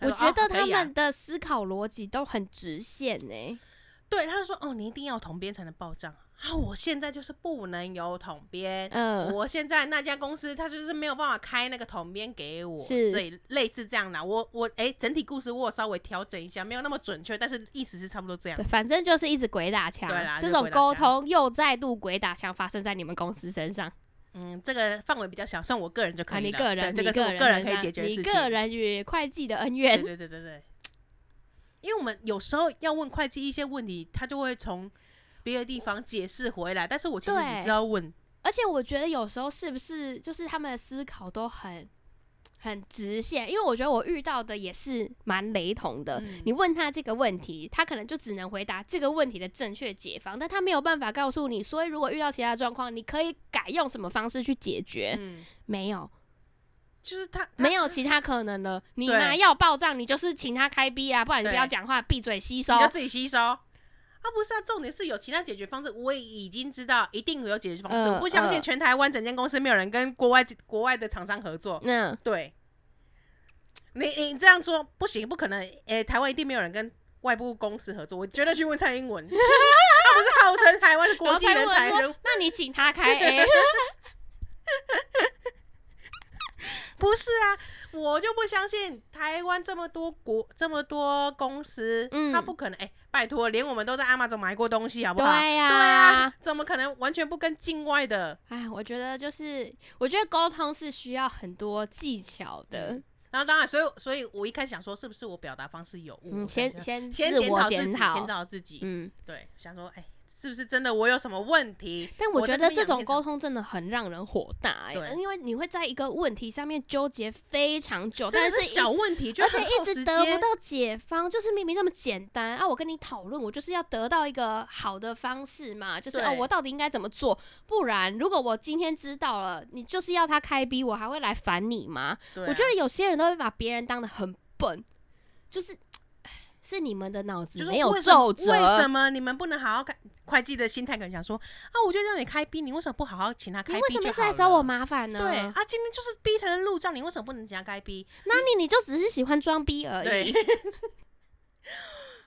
[SPEAKER 3] 他
[SPEAKER 2] 我
[SPEAKER 3] 说
[SPEAKER 2] 觉
[SPEAKER 3] 哦
[SPEAKER 2] 得
[SPEAKER 3] 可
[SPEAKER 2] 他
[SPEAKER 3] 以啊
[SPEAKER 2] 们的思考逻辑都很直线呢。
[SPEAKER 3] 对，他就说：“哦，你一定要有统编才能报账啊！我现在就是不能有统编，
[SPEAKER 2] 嗯，
[SPEAKER 3] 我现在那家公司他就是没有办法开那个统编给我，
[SPEAKER 2] 是
[SPEAKER 3] 所以类似这样啦。我我哎、整体故事我有稍微调整一下，没有那么准确，但是意思是差不多这样
[SPEAKER 2] 对，。反正就是一直鬼打墙
[SPEAKER 3] 对啦。
[SPEAKER 2] 这
[SPEAKER 3] 就
[SPEAKER 2] 种
[SPEAKER 3] 鬼打
[SPEAKER 2] 沟
[SPEAKER 3] 墙
[SPEAKER 2] 通又再度鬼打墙发生在你们公司身上
[SPEAKER 3] 嗯，这个范围比较小，算我个人就可
[SPEAKER 2] 啊！
[SPEAKER 3] 以了。
[SPEAKER 2] 你个人，
[SPEAKER 3] 对这
[SPEAKER 2] 你
[SPEAKER 3] 个是我
[SPEAKER 2] 人
[SPEAKER 3] 个人
[SPEAKER 2] 身
[SPEAKER 3] 可以
[SPEAKER 2] 上
[SPEAKER 3] 解决的
[SPEAKER 2] 你
[SPEAKER 3] 事情。
[SPEAKER 2] 个人与会计的恩
[SPEAKER 3] 对
[SPEAKER 2] 怨。
[SPEAKER 3] 对对对对，因为我们有时候要问会计一些问题，他就会从别的地方解释回来，但是我其实只
[SPEAKER 2] 对
[SPEAKER 3] 是要问
[SPEAKER 2] 而且我觉得有时候是不是就是他们的思考都很很直线，因为我觉得我遇到的也是蛮雷同的。
[SPEAKER 3] 嗯
[SPEAKER 2] 你问他这个问题，他可能就只能回答这个问题的正确解方，但他没有办法告诉你，所以如果遇到其他状况，你可以改用什么方式去解决？
[SPEAKER 3] 嗯，
[SPEAKER 2] 没有，
[SPEAKER 3] 就是他
[SPEAKER 2] 没有其他可能了。你
[SPEAKER 3] 对
[SPEAKER 2] 妈要报账，你就是请他开逼啊，不然你不
[SPEAKER 3] 对
[SPEAKER 2] 要讲话，闭嘴吸收
[SPEAKER 3] 你。要自己吸收。啊，不是啊，重点是有其他解决方式，我也已经知道一定有解决方式。
[SPEAKER 2] 嗯
[SPEAKER 3] 我不相信
[SPEAKER 2] 嗯
[SPEAKER 3] 全台湾整间公司没有人跟国外国外的厂商合作。
[SPEAKER 2] 嗯，
[SPEAKER 3] 对，你你这样说不行，不可能。诶、台湾一定没有人跟外部公司合作，我绝对去问蔡英文，他 不是号称台湾是
[SPEAKER 2] 然
[SPEAKER 3] 国
[SPEAKER 2] 后
[SPEAKER 3] 际
[SPEAKER 2] 蔡英
[SPEAKER 3] 人
[SPEAKER 2] 文
[SPEAKER 3] 才人
[SPEAKER 2] 说
[SPEAKER 3] 物，：“
[SPEAKER 2] 那你请他 开 A。
[SPEAKER 3] 不是啊，我就不相信台湾这么多国这么多公司，
[SPEAKER 2] 嗯
[SPEAKER 3] 他不可能哎、拜托，连我们都在阿玛总买过东西，好不好？
[SPEAKER 2] 对呀
[SPEAKER 3] 对啊，怎么可能完全不跟境外的？
[SPEAKER 2] 哎，我觉得就是，我觉得沟通是需要很多技巧的。
[SPEAKER 3] 然后当然，所以所以我一开始想说，是不是我表达方式有误？
[SPEAKER 2] 嗯，
[SPEAKER 3] 我想
[SPEAKER 2] 先先
[SPEAKER 3] 先
[SPEAKER 2] 自
[SPEAKER 3] 检
[SPEAKER 2] 我
[SPEAKER 3] 讨自
[SPEAKER 2] 检
[SPEAKER 3] 己，
[SPEAKER 2] 讨
[SPEAKER 3] 先。找自己。
[SPEAKER 2] 嗯，
[SPEAKER 3] 对，想说哎、是不是真的我有什么问题？
[SPEAKER 2] 但我觉得
[SPEAKER 3] 在边
[SPEAKER 2] 这
[SPEAKER 3] 养
[SPEAKER 2] 种
[SPEAKER 3] 变
[SPEAKER 2] 沟
[SPEAKER 3] 成
[SPEAKER 2] 通真的很让人火大、欸，
[SPEAKER 3] 对
[SPEAKER 2] 因为你会在一个问题上面纠结非常久，
[SPEAKER 3] 真
[SPEAKER 2] 但
[SPEAKER 3] 的是
[SPEAKER 2] 是
[SPEAKER 3] 小
[SPEAKER 2] 一。
[SPEAKER 3] 问题，就
[SPEAKER 2] 而且
[SPEAKER 3] 很耗
[SPEAKER 2] 一
[SPEAKER 3] 时
[SPEAKER 2] 直得不
[SPEAKER 3] 间
[SPEAKER 2] 到解方，就是明明那么简单啊！我跟你讨论，我就是要得到一个好的方式嘛，就是哦，
[SPEAKER 3] 对
[SPEAKER 2] 我到底应该怎么做？不然，如果我今天知道了，你就是要他开逼，我还会来烦你吗？
[SPEAKER 3] 对啊
[SPEAKER 2] 我觉得有些人都会把别人当得很笨，就是唉是你们的脑
[SPEAKER 3] 就
[SPEAKER 2] 子
[SPEAKER 3] 是
[SPEAKER 2] 没有
[SPEAKER 3] 为什
[SPEAKER 2] 皱
[SPEAKER 3] 么
[SPEAKER 2] 褶，
[SPEAKER 3] 为什么你们不能好好开？会计的心态可能想说啊，我就让你开 B，你为什么不好好请他
[SPEAKER 2] 你
[SPEAKER 3] 开 B
[SPEAKER 2] 为什么
[SPEAKER 3] 就
[SPEAKER 2] 一直
[SPEAKER 3] 好
[SPEAKER 2] 来找我
[SPEAKER 3] 了？
[SPEAKER 2] 麻烦呢？
[SPEAKER 3] 对啊，今天就是 B 才能入账，你为什么不能请他开 B？
[SPEAKER 2] 那你你就只是喜欢装逼而
[SPEAKER 3] 对
[SPEAKER 2] 已。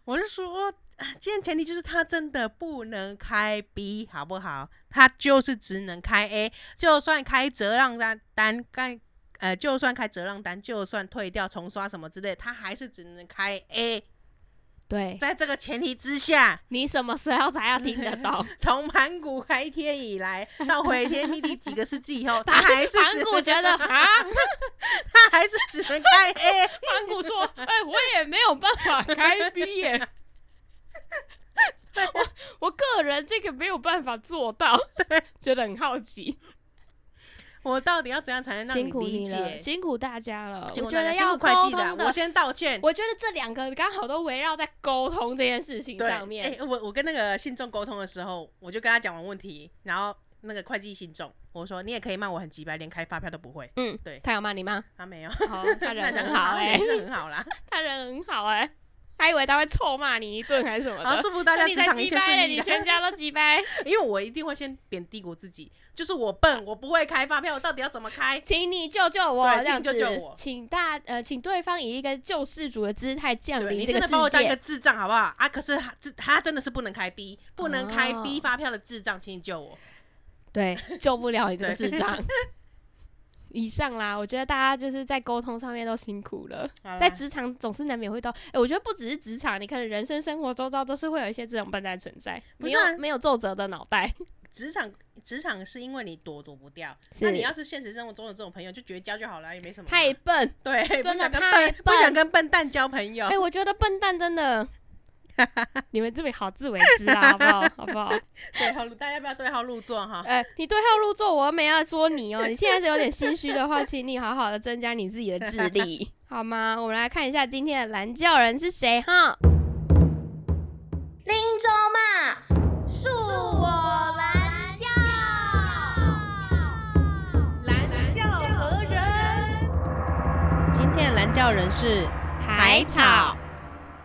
[SPEAKER 3] 我是说，啊今天前提就是他真的不能开 B，好不好？他就是只能开 A，就算开折让单单开。呃，就算开折让单，就算退掉重刷什么之类，他还是只能开 A。
[SPEAKER 2] 对，
[SPEAKER 3] 在这个前提之下，
[SPEAKER 2] 你什么时候才要听得 懂？
[SPEAKER 3] 从盘古开天以来到毁天灭地几个世纪 以后，他还是只
[SPEAKER 2] 盘
[SPEAKER 3] 能
[SPEAKER 2] 古觉 得啊，
[SPEAKER 3] 他还是只能开 A，
[SPEAKER 1] 盘古说：“哎、我也没有办法 开逼耶，我我个人这个没有办法做到，觉得很好奇。
[SPEAKER 3] 我到底要怎样才能让
[SPEAKER 2] 辛苦
[SPEAKER 3] 理
[SPEAKER 2] 你了，
[SPEAKER 3] 解？
[SPEAKER 2] 辛苦大家了。
[SPEAKER 3] 辛
[SPEAKER 2] 我
[SPEAKER 3] 苦
[SPEAKER 2] 觉
[SPEAKER 3] 大家
[SPEAKER 2] 得
[SPEAKER 3] 辛
[SPEAKER 2] 要
[SPEAKER 3] 苦会
[SPEAKER 2] 沟
[SPEAKER 3] 计的啊
[SPEAKER 2] 通
[SPEAKER 3] 我先道歉。
[SPEAKER 2] 我觉得这两个刚好都围绕在沟通这件事情
[SPEAKER 3] 对，
[SPEAKER 2] 上面。
[SPEAKER 3] 哎我我跟那个信众沟通的时候，我就跟他讲完问题，然后那个会计信众我说你也可以骂我很急白，连开发票都不会。
[SPEAKER 2] 嗯，
[SPEAKER 3] 对
[SPEAKER 2] 他有骂你吗？
[SPEAKER 3] 他没有，
[SPEAKER 2] 好，他
[SPEAKER 3] 那
[SPEAKER 2] 人
[SPEAKER 3] 人
[SPEAKER 2] 很好哎、
[SPEAKER 3] 也是很 好啦。
[SPEAKER 2] 他人很好哎、还以为他会臭骂你一顿还是什么
[SPEAKER 3] 然后
[SPEAKER 2] 的。
[SPEAKER 3] 祝福啊大家
[SPEAKER 2] 你
[SPEAKER 3] 职
[SPEAKER 2] 才
[SPEAKER 3] 场一
[SPEAKER 2] 鸡
[SPEAKER 3] 切
[SPEAKER 2] 掰
[SPEAKER 3] 顺
[SPEAKER 2] 了，
[SPEAKER 3] 利
[SPEAKER 2] 你
[SPEAKER 3] 啦。
[SPEAKER 2] 全家都鸡掰，
[SPEAKER 3] 因为我一定会先贬低我自己，就是我笨，我不会开发票，我到底要怎么开？
[SPEAKER 2] 请你救救我，
[SPEAKER 3] 对
[SPEAKER 2] 这样子，
[SPEAKER 3] 请救救我
[SPEAKER 2] 请大呃，请对方以一个救世主的姿态降
[SPEAKER 3] 对
[SPEAKER 2] 临
[SPEAKER 3] 你
[SPEAKER 2] 这
[SPEAKER 3] 真
[SPEAKER 2] 个
[SPEAKER 3] 的
[SPEAKER 2] 世
[SPEAKER 3] 把我当一个
[SPEAKER 2] 界。
[SPEAKER 3] 智障好不好啊？可是他这他真的是不能开 B，不能开
[SPEAKER 2] 哦
[SPEAKER 3] B 发票的智障，请你救我。
[SPEAKER 2] 对，救不了你这个
[SPEAKER 3] 对
[SPEAKER 2] 智障。 以上啦，我觉得大家就是在沟通上面都辛苦了，
[SPEAKER 3] 好啦
[SPEAKER 2] 在职场总是难免会到。哎、我觉得不只是职场，你可能人生生活周遭都是会有一些这种笨蛋存在，
[SPEAKER 3] 不
[SPEAKER 2] 没
[SPEAKER 3] 是啊
[SPEAKER 2] 有没有皱褶的脑袋。
[SPEAKER 3] 职场职场是因为你躲躲不掉，
[SPEAKER 2] 是
[SPEAKER 3] 那你要是现实生活中有这种朋友，就绝交就好了，也没什么嘛。
[SPEAKER 2] 太笨，
[SPEAKER 3] 对，不
[SPEAKER 2] 真的
[SPEAKER 3] 想跟
[SPEAKER 2] 太
[SPEAKER 3] 不想
[SPEAKER 2] 笨
[SPEAKER 3] 跟笨蛋交朋友
[SPEAKER 2] 哎、。我觉得笨蛋真的， 你们这边好自为之啦，好不 好？好不好？
[SPEAKER 3] 对号入，大家不要对号入座哈。
[SPEAKER 2] 哎、你对号入座，我没要说你哦。你现在是有点心虚的 话，请你好好的增加你自己的智 力，好吗？我们来看一下今天的蓝教人是谁哈。
[SPEAKER 4] 林州嘛，恕我蓝教。
[SPEAKER 3] 蓝教何人？今天的蓝教人是海草。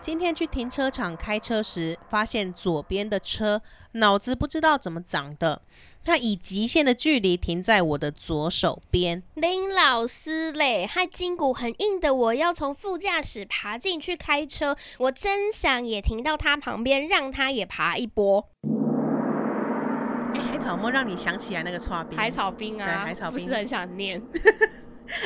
[SPEAKER 3] 今天去停车场开车时，发现左边的车脑子不知道怎么长的，它以极限的距离停在我的左手边。
[SPEAKER 2] 林老师嘞，害筋骨很硬的我要从副驾驶爬进去开车，我真想也停到他旁边，让他也爬一波。
[SPEAKER 3] 哎、海草有没有让你想起来那个刷冰？
[SPEAKER 2] 海草冰
[SPEAKER 3] 对
[SPEAKER 2] 啊，
[SPEAKER 3] 海草
[SPEAKER 2] 不
[SPEAKER 3] 冰
[SPEAKER 2] 是很想念，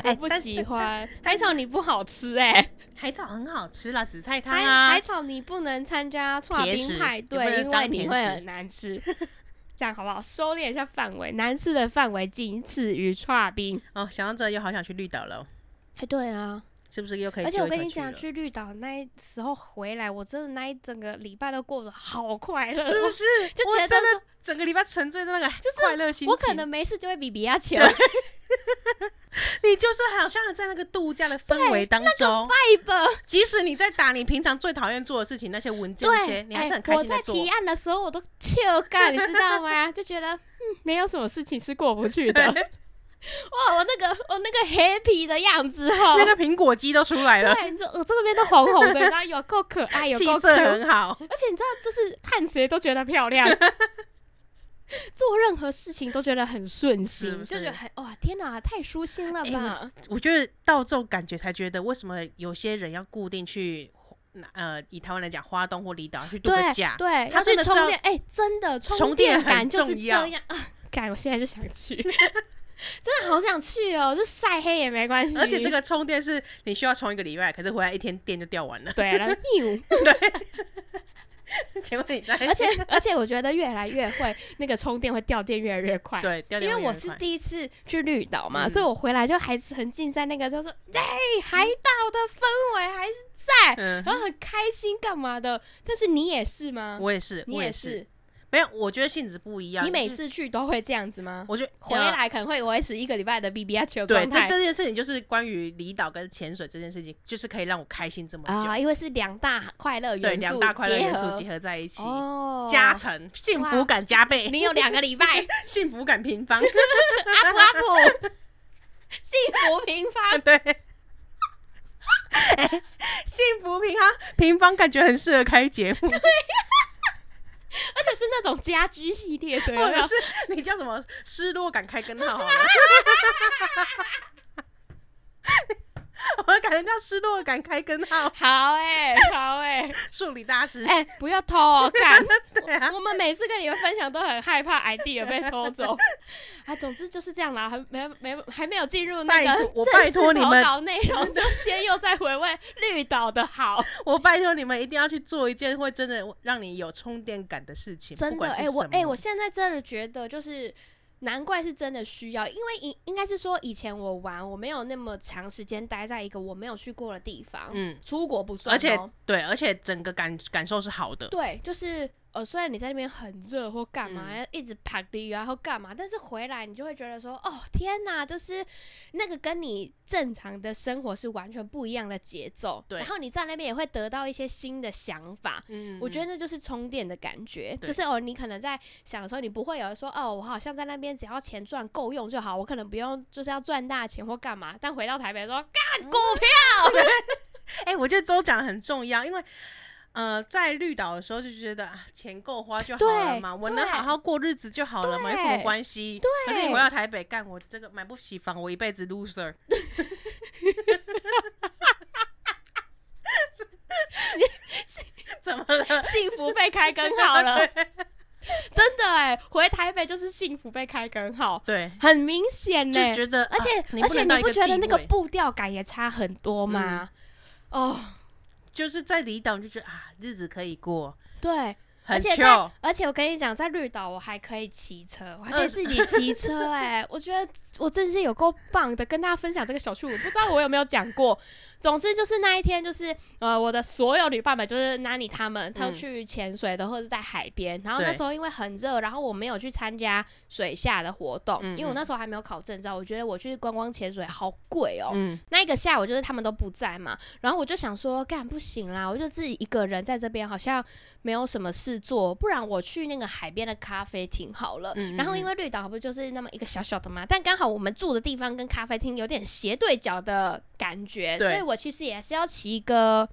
[SPEAKER 3] 哎
[SPEAKER 2] 我不喜欢海草，你不好吃哎、
[SPEAKER 3] 海草很好吃啦，紫菜汤
[SPEAKER 2] 海
[SPEAKER 3] 啊。
[SPEAKER 2] 海草你不能参加串
[SPEAKER 3] 甜
[SPEAKER 2] 冰
[SPEAKER 3] 食
[SPEAKER 2] 派
[SPEAKER 3] 你不
[SPEAKER 2] 对，
[SPEAKER 3] 能
[SPEAKER 2] 因
[SPEAKER 3] 当
[SPEAKER 2] 为你
[SPEAKER 3] 甜
[SPEAKER 2] 会
[SPEAKER 3] 食
[SPEAKER 2] 很难吃。这样好不好？收敛一下范围，难吃的范围仅次于串冰。
[SPEAKER 3] 哦，想到这又好想去绿岛了。
[SPEAKER 2] 哎，对啊，
[SPEAKER 3] 是不是又可以
[SPEAKER 2] 而
[SPEAKER 3] 机
[SPEAKER 2] 且我
[SPEAKER 3] 会可以了？
[SPEAKER 2] 跟你讲，去绿岛那一时候回来，我真的那一整个礼拜都过得好快乐，
[SPEAKER 3] 是不
[SPEAKER 2] 我
[SPEAKER 3] 是？
[SPEAKER 2] 就
[SPEAKER 3] 我
[SPEAKER 2] 觉得
[SPEAKER 3] 真
[SPEAKER 2] 说
[SPEAKER 3] 的整个礼拜沉醉在那个
[SPEAKER 2] 就是
[SPEAKER 3] 快乐心情。
[SPEAKER 2] 我可能没事就会比比 亚球，
[SPEAKER 3] 你就是好像在那个度假的氛围当中，
[SPEAKER 2] 拜吧。
[SPEAKER 3] 即使你在打你平常最讨厌做的事情，那些文件那
[SPEAKER 2] 对，
[SPEAKER 3] 些，
[SPEAKER 2] 哎
[SPEAKER 3] 你还是很开
[SPEAKER 2] 我
[SPEAKER 3] 心地
[SPEAKER 2] 在
[SPEAKER 3] 做。
[SPEAKER 2] 提案的时候我都 切干，你知道吗？就觉得嗯，没有什么事情是过不去的。 哇，我那个我那个 happy 的样子哈、
[SPEAKER 3] 那个苹果肌都出来了，
[SPEAKER 2] 对，你说我这个边都红红的，然后有够可爱，有
[SPEAKER 3] 气
[SPEAKER 2] 够 Q，
[SPEAKER 3] 色
[SPEAKER 2] 而
[SPEAKER 3] 很好。
[SPEAKER 2] 且你知道，就是看谁都觉得漂 亮，做任何事情都觉得很顺心，
[SPEAKER 3] 是不
[SPEAKER 2] 就觉
[SPEAKER 3] 是
[SPEAKER 2] 得很哇，天哪，太舒心了
[SPEAKER 3] 哎
[SPEAKER 2] 吧？
[SPEAKER 3] 我觉得到这种感觉才觉得，为什么有些人要固定去，呃，以台湾来讲，花东或离岛去度个
[SPEAKER 2] 对
[SPEAKER 3] 假，
[SPEAKER 2] 对，
[SPEAKER 3] 他
[SPEAKER 2] 要去
[SPEAKER 3] 真的是
[SPEAKER 2] 充
[SPEAKER 3] 要
[SPEAKER 2] 电，哎、真的
[SPEAKER 3] 充电
[SPEAKER 2] 电
[SPEAKER 3] 很
[SPEAKER 2] 感就是
[SPEAKER 3] 重
[SPEAKER 2] 这
[SPEAKER 3] 要
[SPEAKER 2] 样啊！感，我现在就想去， 真的好想去哦，就晒黑也没关系。。
[SPEAKER 3] 而且这个充电是你需要充一个礼拜，可是回来一天电就掉完了
[SPEAKER 2] 对，然后 you，
[SPEAKER 3] 请问你在？
[SPEAKER 2] 而且而且我觉得越来越会那个充电会掉电越来越快，
[SPEAKER 3] 对，掉
[SPEAKER 2] 因
[SPEAKER 3] 电
[SPEAKER 2] 为
[SPEAKER 3] 完
[SPEAKER 2] 我
[SPEAKER 3] 也
[SPEAKER 2] 是
[SPEAKER 3] 快
[SPEAKER 2] 第一次去绿岛嘛，
[SPEAKER 3] 嗯
[SPEAKER 2] 所以我回来就还沉浸在那个就是哎、海岛的氛围还是在，
[SPEAKER 3] 嗯，
[SPEAKER 2] 然后很开心干嘛的。但是你也是吗？
[SPEAKER 3] 我也是，
[SPEAKER 2] 你
[SPEAKER 3] 我也
[SPEAKER 2] 是，，
[SPEAKER 3] 没有，我觉得性质不一样。
[SPEAKER 2] 你每
[SPEAKER 3] 就是
[SPEAKER 2] 次去都会这样子吗？
[SPEAKER 3] 我觉得
[SPEAKER 2] 回
[SPEAKER 3] 呃
[SPEAKER 2] 来可能会维持一个礼拜的 B B R 球
[SPEAKER 3] 对
[SPEAKER 2] 状
[SPEAKER 3] 这
[SPEAKER 2] 态
[SPEAKER 3] 这件事情，就是关于离岛跟潜水这件事情，就是可以让我开心这么久。
[SPEAKER 2] 啊，因为是两大快乐
[SPEAKER 3] 对，
[SPEAKER 2] 元
[SPEAKER 3] 两
[SPEAKER 2] 素
[SPEAKER 3] 大快乐元素
[SPEAKER 2] 结
[SPEAKER 3] 结合在一起，
[SPEAKER 2] 合哦，
[SPEAKER 3] 加成幸福感加倍，
[SPEAKER 2] 你有两个礼拜
[SPEAKER 3] 幸福感平方。
[SPEAKER 2] up up，幸福平 方，
[SPEAKER 3] 对。哎幸福平方平方感觉很适合开节目，
[SPEAKER 2] 而且是那种家居系列的，有
[SPEAKER 3] 或
[SPEAKER 2] 没
[SPEAKER 3] 者
[SPEAKER 2] 有？
[SPEAKER 3] 是 你叫什么失落感开根 号好了。我感觉叫失落感开根号，
[SPEAKER 2] 好哎、好哎、
[SPEAKER 3] 数理大师。
[SPEAKER 2] 哎、不要偷哦， 干！
[SPEAKER 3] 对啊，
[SPEAKER 2] 我们每次跟你们分享都很害怕 idea 被偷走 啊。总之就是这样啦，还没没还没有进入那
[SPEAKER 3] 拜
[SPEAKER 2] 个
[SPEAKER 3] 托我
[SPEAKER 2] 正
[SPEAKER 3] 拜
[SPEAKER 2] 式
[SPEAKER 3] 托你
[SPEAKER 2] 投
[SPEAKER 3] 们
[SPEAKER 2] 稿内容，就先又在回味绿岛的 好。
[SPEAKER 3] 我拜托你们一定要去做一件会真的让你有充电感的事情，
[SPEAKER 2] 真
[SPEAKER 3] 不
[SPEAKER 2] 的，
[SPEAKER 3] 管
[SPEAKER 2] 哎、
[SPEAKER 3] 是
[SPEAKER 2] 我
[SPEAKER 3] 什
[SPEAKER 2] 哎、
[SPEAKER 3] 么
[SPEAKER 2] 我现在真的觉得就是。难怪是真的需要，因为应应该是说以前我玩，我没有那么长时间待在一个我没有去过的地方，
[SPEAKER 3] 嗯，
[SPEAKER 2] 出国不算、哦
[SPEAKER 3] 而且对，而且整个感感受是好的，
[SPEAKER 2] 对，就是呃，虽然你在那边很热或干嘛，
[SPEAKER 3] 嗯
[SPEAKER 2] 一直爬低然后干嘛，但是回来你就会觉得说，哦天哪，就是那个跟你正常的生活是完全不一样的节奏。
[SPEAKER 3] 对
[SPEAKER 2] 然后你在那边也会得到一些新的想法。
[SPEAKER 3] 嗯，
[SPEAKER 2] 我觉得
[SPEAKER 3] 得
[SPEAKER 2] 那就是充电的感觉，
[SPEAKER 3] 对
[SPEAKER 2] 就是哦，你可能在想的时候，你不会有人说哦，我好像在那边只要钱赚够用就好，我可能不用就是要赚大钱或干嘛。但回到台北说干股票，
[SPEAKER 3] 哎、我觉得周讲得很重要，因为。呃，在绿岛的时候就觉得啊，钱够花就好了
[SPEAKER 2] 对
[SPEAKER 3] 嘛，我
[SPEAKER 2] 对
[SPEAKER 3] 能好好过日子就好了嘛，有什么
[SPEAKER 2] 对
[SPEAKER 3] 关系？对。可是你回到台北干，我这个买不起房，我一辈子 loser。怎么 了？。
[SPEAKER 2] 幸福被开根号了
[SPEAKER 3] 对
[SPEAKER 2] 真的
[SPEAKER 1] 欸
[SPEAKER 2] 哎，回台北就是幸福被开根号，
[SPEAKER 3] 对，
[SPEAKER 2] 很明显呢
[SPEAKER 3] 就。
[SPEAKER 1] 欸
[SPEAKER 3] 觉得，
[SPEAKER 2] 而且、
[SPEAKER 3] 啊你
[SPEAKER 2] 而
[SPEAKER 3] 不
[SPEAKER 2] 且
[SPEAKER 3] 能到
[SPEAKER 2] 你
[SPEAKER 3] 一
[SPEAKER 2] 不觉得
[SPEAKER 3] 地
[SPEAKER 2] 那个
[SPEAKER 3] 位嗯
[SPEAKER 2] 步调感也差很多吗？哦，
[SPEAKER 3] 就是在离岛就觉得啊，日子可以过，
[SPEAKER 2] 对，
[SPEAKER 3] 很
[SPEAKER 2] 而且
[SPEAKER 3] c
[SPEAKER 2] 在而且我跟你讲，在绿岛我还可以骑车，我还可
[SPEAKER 3] 嗯
[SPEAKER 2] 以自己骑 车哎、我觉得我真是有够棒的，跟大家分享这个小趣，我不知道我有没有讲过。总之就是那一天，就是呃，我的所有旅伴们，就是 Nani 他们，他们去潜水的或者是在海边，然后那
[SPEAKER 3] 嗯对
[SPEAKER 2] 时候因为很热，然后我没有去参加水下的活动，
[SPEAKER 3] 嗯
[SPEAKER 2] 因为我
[SPEAKER 3] 嗯
[SPEAKER 2] 那时候还没有考证照，我觉得我去观光潜水好贵哦、
[SPEAKER 3] 嗯，
[SPEAKER 2] 那一个下午就是他们都不在嘛，然后我就想说，干不行啦，我就自己一个人在这边好像没有什么事做，不然我去那个海边的咖啡厅好了。
[SPEAKER 3] 嗯嗯
[SPEAKER 2] 然后因为绿岛不就是那么一个小小的嘛，但刚好我们住的地方跟咖啡厅有点斜对角的感觉，
[SPEAKER 3] 对
[SPEAKER 2] 所以我其实也是要骑一个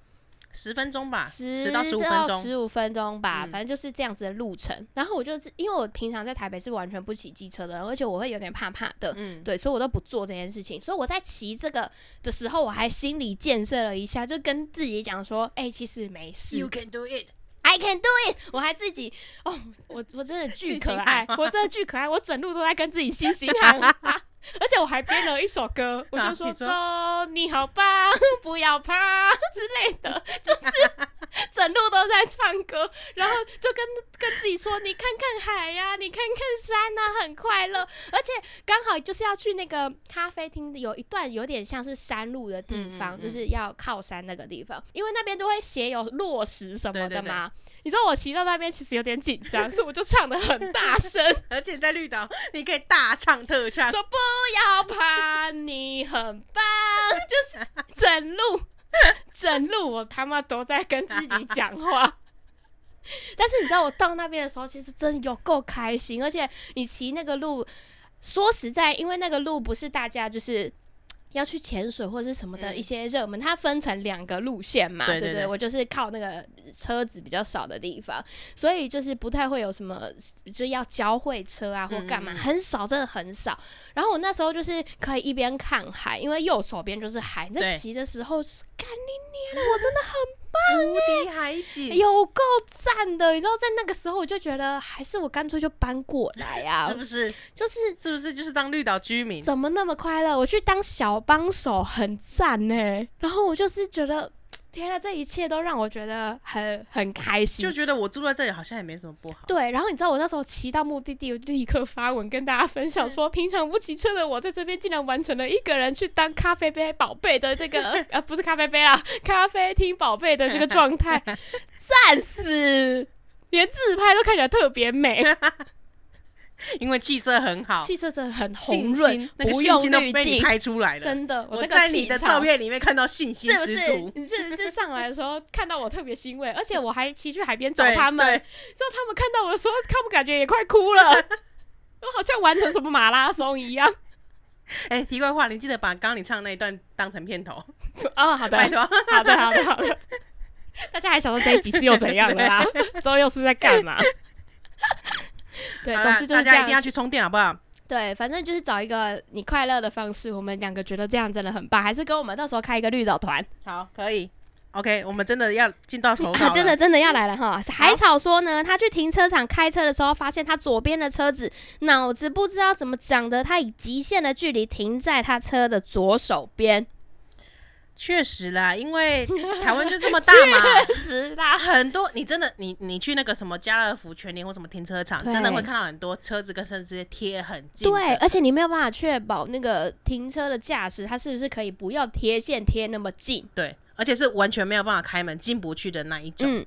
[SPEAKER 3] 十分钟吧，
[SPEAKER 2] 十
[SPEAKER 3] 到十五分
[SPEAKER 2] 到
[SPEAKER 3] 钟，
[SPEAKER 2] 十五分钟吧，
[SPEAKER 3] 嗯
[SPEAKER 2] 反正就是这样子的路程。然后我就是因为我平常在台北是完全不骑机车的人，而且我会有点怕怕的，
[SPEAKER 3] 嗯，
[SPEAKER 2] 对，所以我都不做这件事情。所以我在骑这个的时候，我还心理建设了一下，就跟自己讲说：“哎、其实没事
[SPEAKER 3] You can do it，
[SPEAKER 2] ，I can do it。”我还自己哦，我我真的
[SPEAKER 3] 信
[SPEAKER 2] 巨
[SPEAKER 3] 心
[SPEAKER 2] 可
[SPEAKER 3] 喊
[SPEAKER 2] 爱，
[SPEAKER 3] 话
[SPEAKER 2] 我真的巨可爱，我整路都在跟自己信心喊话。
[SPEAKER 1] 而且我还编了一首歌，我就说
[SPEAKER 3] 你说
[SPEAKER 1] 周你好棒， 不要怕之类的， 就是整路都在唱歌，然后就跟跟自己说，你看看海呀、你看看山呐、很快乐。而且刚好就是要去那个咖啡厅，有一段有点像是山路的地方，
[SPEAKER 3] 嗯嗯嗯
[SPEAKER 1] 就是要靠山那个地方，因为那边都会写有落石什么
[SPEAKER 3] 对对
[SPEAKER 1] 的
[SPEAKER 3] 对
[SPEAKER 1] 嘛。你知道我骑到那边其实有点紧张， 所以我就唱的很大声。
[SPEAKER 3] 而且在绿岛你可以大唱特唱，
[SPEAKER 1] 说不要怕，你很棒， 就是整路整路我他妈都在跟自己讲话。 但是你知道我到那边的时候，其实真的有够开心，而且你骑那个路，说实在，因为那个路不是大家就是。要去潜水或者是什么的
[SPEAKER 3] 嗯
[SPEAKER 1] 一些热门，它分成两个路线嘛，
[SPEAKER 3] 对
[SPEAKER 1] 对
[SPEAKER 3] 对
[SPEAKER 1] 不
[SPEAKER 3] 对
[SPEAKER 1] 我就是靠那个车子比较少的地方，所以就是不太会有什么就是要教会车啊或干嘛，
[SPEAKER 3] 嗯嗯嗯
[SPEAKER 1] 很少，真的很少。然后我那时候就是可以一边看海，因为右手边就是海，你在
[SPEAKER 3] 对
[SPEAKER 1] 骑的时候就是干你娘的，我真
[SPEAKER 3] 无敌海景，
[SPEAKER 1] 有够赞的。你知道，在那个时候我就觉得，还是我干脆就搬过来 啊
[SPEAKER 3] 是，不是？
[SPEAKER 1] 就是
[SPEAKER 3] 是不是就是当绿岛居民？
[SPEAKER 1] 怎么那么快乐？我去当小帮手很赞呢、然后我就是觉得，天啊，这一切都让我觉得很很开心
[SPEAKER 3] 就。觉得我住在这里好像也没什么不好。
[SPEAKER 1] 对，然后你知道我那时候骑到目的地，我就立刻发文跟大家分
[SPEAKER 3] 嗯
[SPEAKER 1] 享说，平常不骑车的我在这边竟然完成了一个人去当咖啡杯宝贝的这个 呃不是咖啡杯啦，咖啡厅宝贝的这个状 态，赞死！连自拍都看起来特别美，
[SPEAKER 3] 因为气色很好，
[SPEAKER 1] 气色真的很
[SPEAKER 3] 信
[SPEAKER 1] 红润
[SPEAKER 3] 心，那个
[SPEAKER 1] 不
[SPEAKER 3] 信
[SPEAKER 1] 用
[SPEAKER 3] 心都
[SPEAKER 1] 滤
[SPEAKER 3] 被你
[SPEAKER 1] 镜，
[SPEAKER 3] 拍出来了。
[SPEAKER 1] 真的，我那
[SPEAKER 3] 我
[SPEAKER 1] 个
[SPEAKER 3] 在你
[SPEAKER 1] 气
[SPEAKER 3] 的
[SPEAKER 1] 场。
[SPEAKER 3] 照片里面看到信心
[SPEAKER 1] 是不
[SPEAKER 3] 十
[SPEAKER 1] 是
[SPEAKER 3] 足？，
[SPEAKER 1] 你是不是上来的时候看到我特别欣慰，而且我还骑去海边找
[SPEAKER 3] 对
[SPEAKER 1] 他们，
[SPEAKER 3] 对
[SPEAKER 1] 之后他们看到我的时候，他们感觉也快哭了，我好像完成什么马拉松一样。
[SPEAKER 3] 哎、题外话，你记得把刚刚你唱那一段当成片头，
[SPEAKER 1] 哦，好的，
[SPEAKER 3] 拜托。
[SPEAKER 1] 好的，好的，好的。大家还想说这一集是又怎样了啦？周又是在干嘛？对，
[SPEAKER 3] 好
[SPEAKER 1] 总
[SPEAKER 3] 啦
[SPEAKER 1] 之就是这
[SPEAKER 3] 大家一定要
[SPEAKER 1] 样。
[SPEAKER 3] 去充电，好不好？
[SPEAKER 1] 对，反正就是找一个你快乐的方式。我们两个觉得这样真的很棒，还是跟我们到时候开一个绿岛团。
[SPEAKER 3] 好，可以。OK，我们真的要进 到投稿、
[SPEAKER 2] 啊，真的，真的要来了哈！海草说呢，他去停车场开车的时候，发现他左边的车子脑子不知道怎么长的，他以极限的距离停在他车的左手边。
[SPEAKER 3] 确实啦，因为台湾就这么大嘛，
[SPEAKER 1] 确实啦，
[SPEAKER 3] 啊很多你真的你你去那个什么家乐福、全联或什么停车场，
[SPEAKER 2] 对
[SPEAKER 3] 真的会看到很多车子跟甚至贴很近的。
[SPEAKER 2] 对，而且你没有办法确保那个停车的驾驶，他是不是可以不要贴线贴那么近？
[SPEAKER 3] 对，而且是完全没有办法开门进不去的那一种。
[SPEAKER 2] 嗯，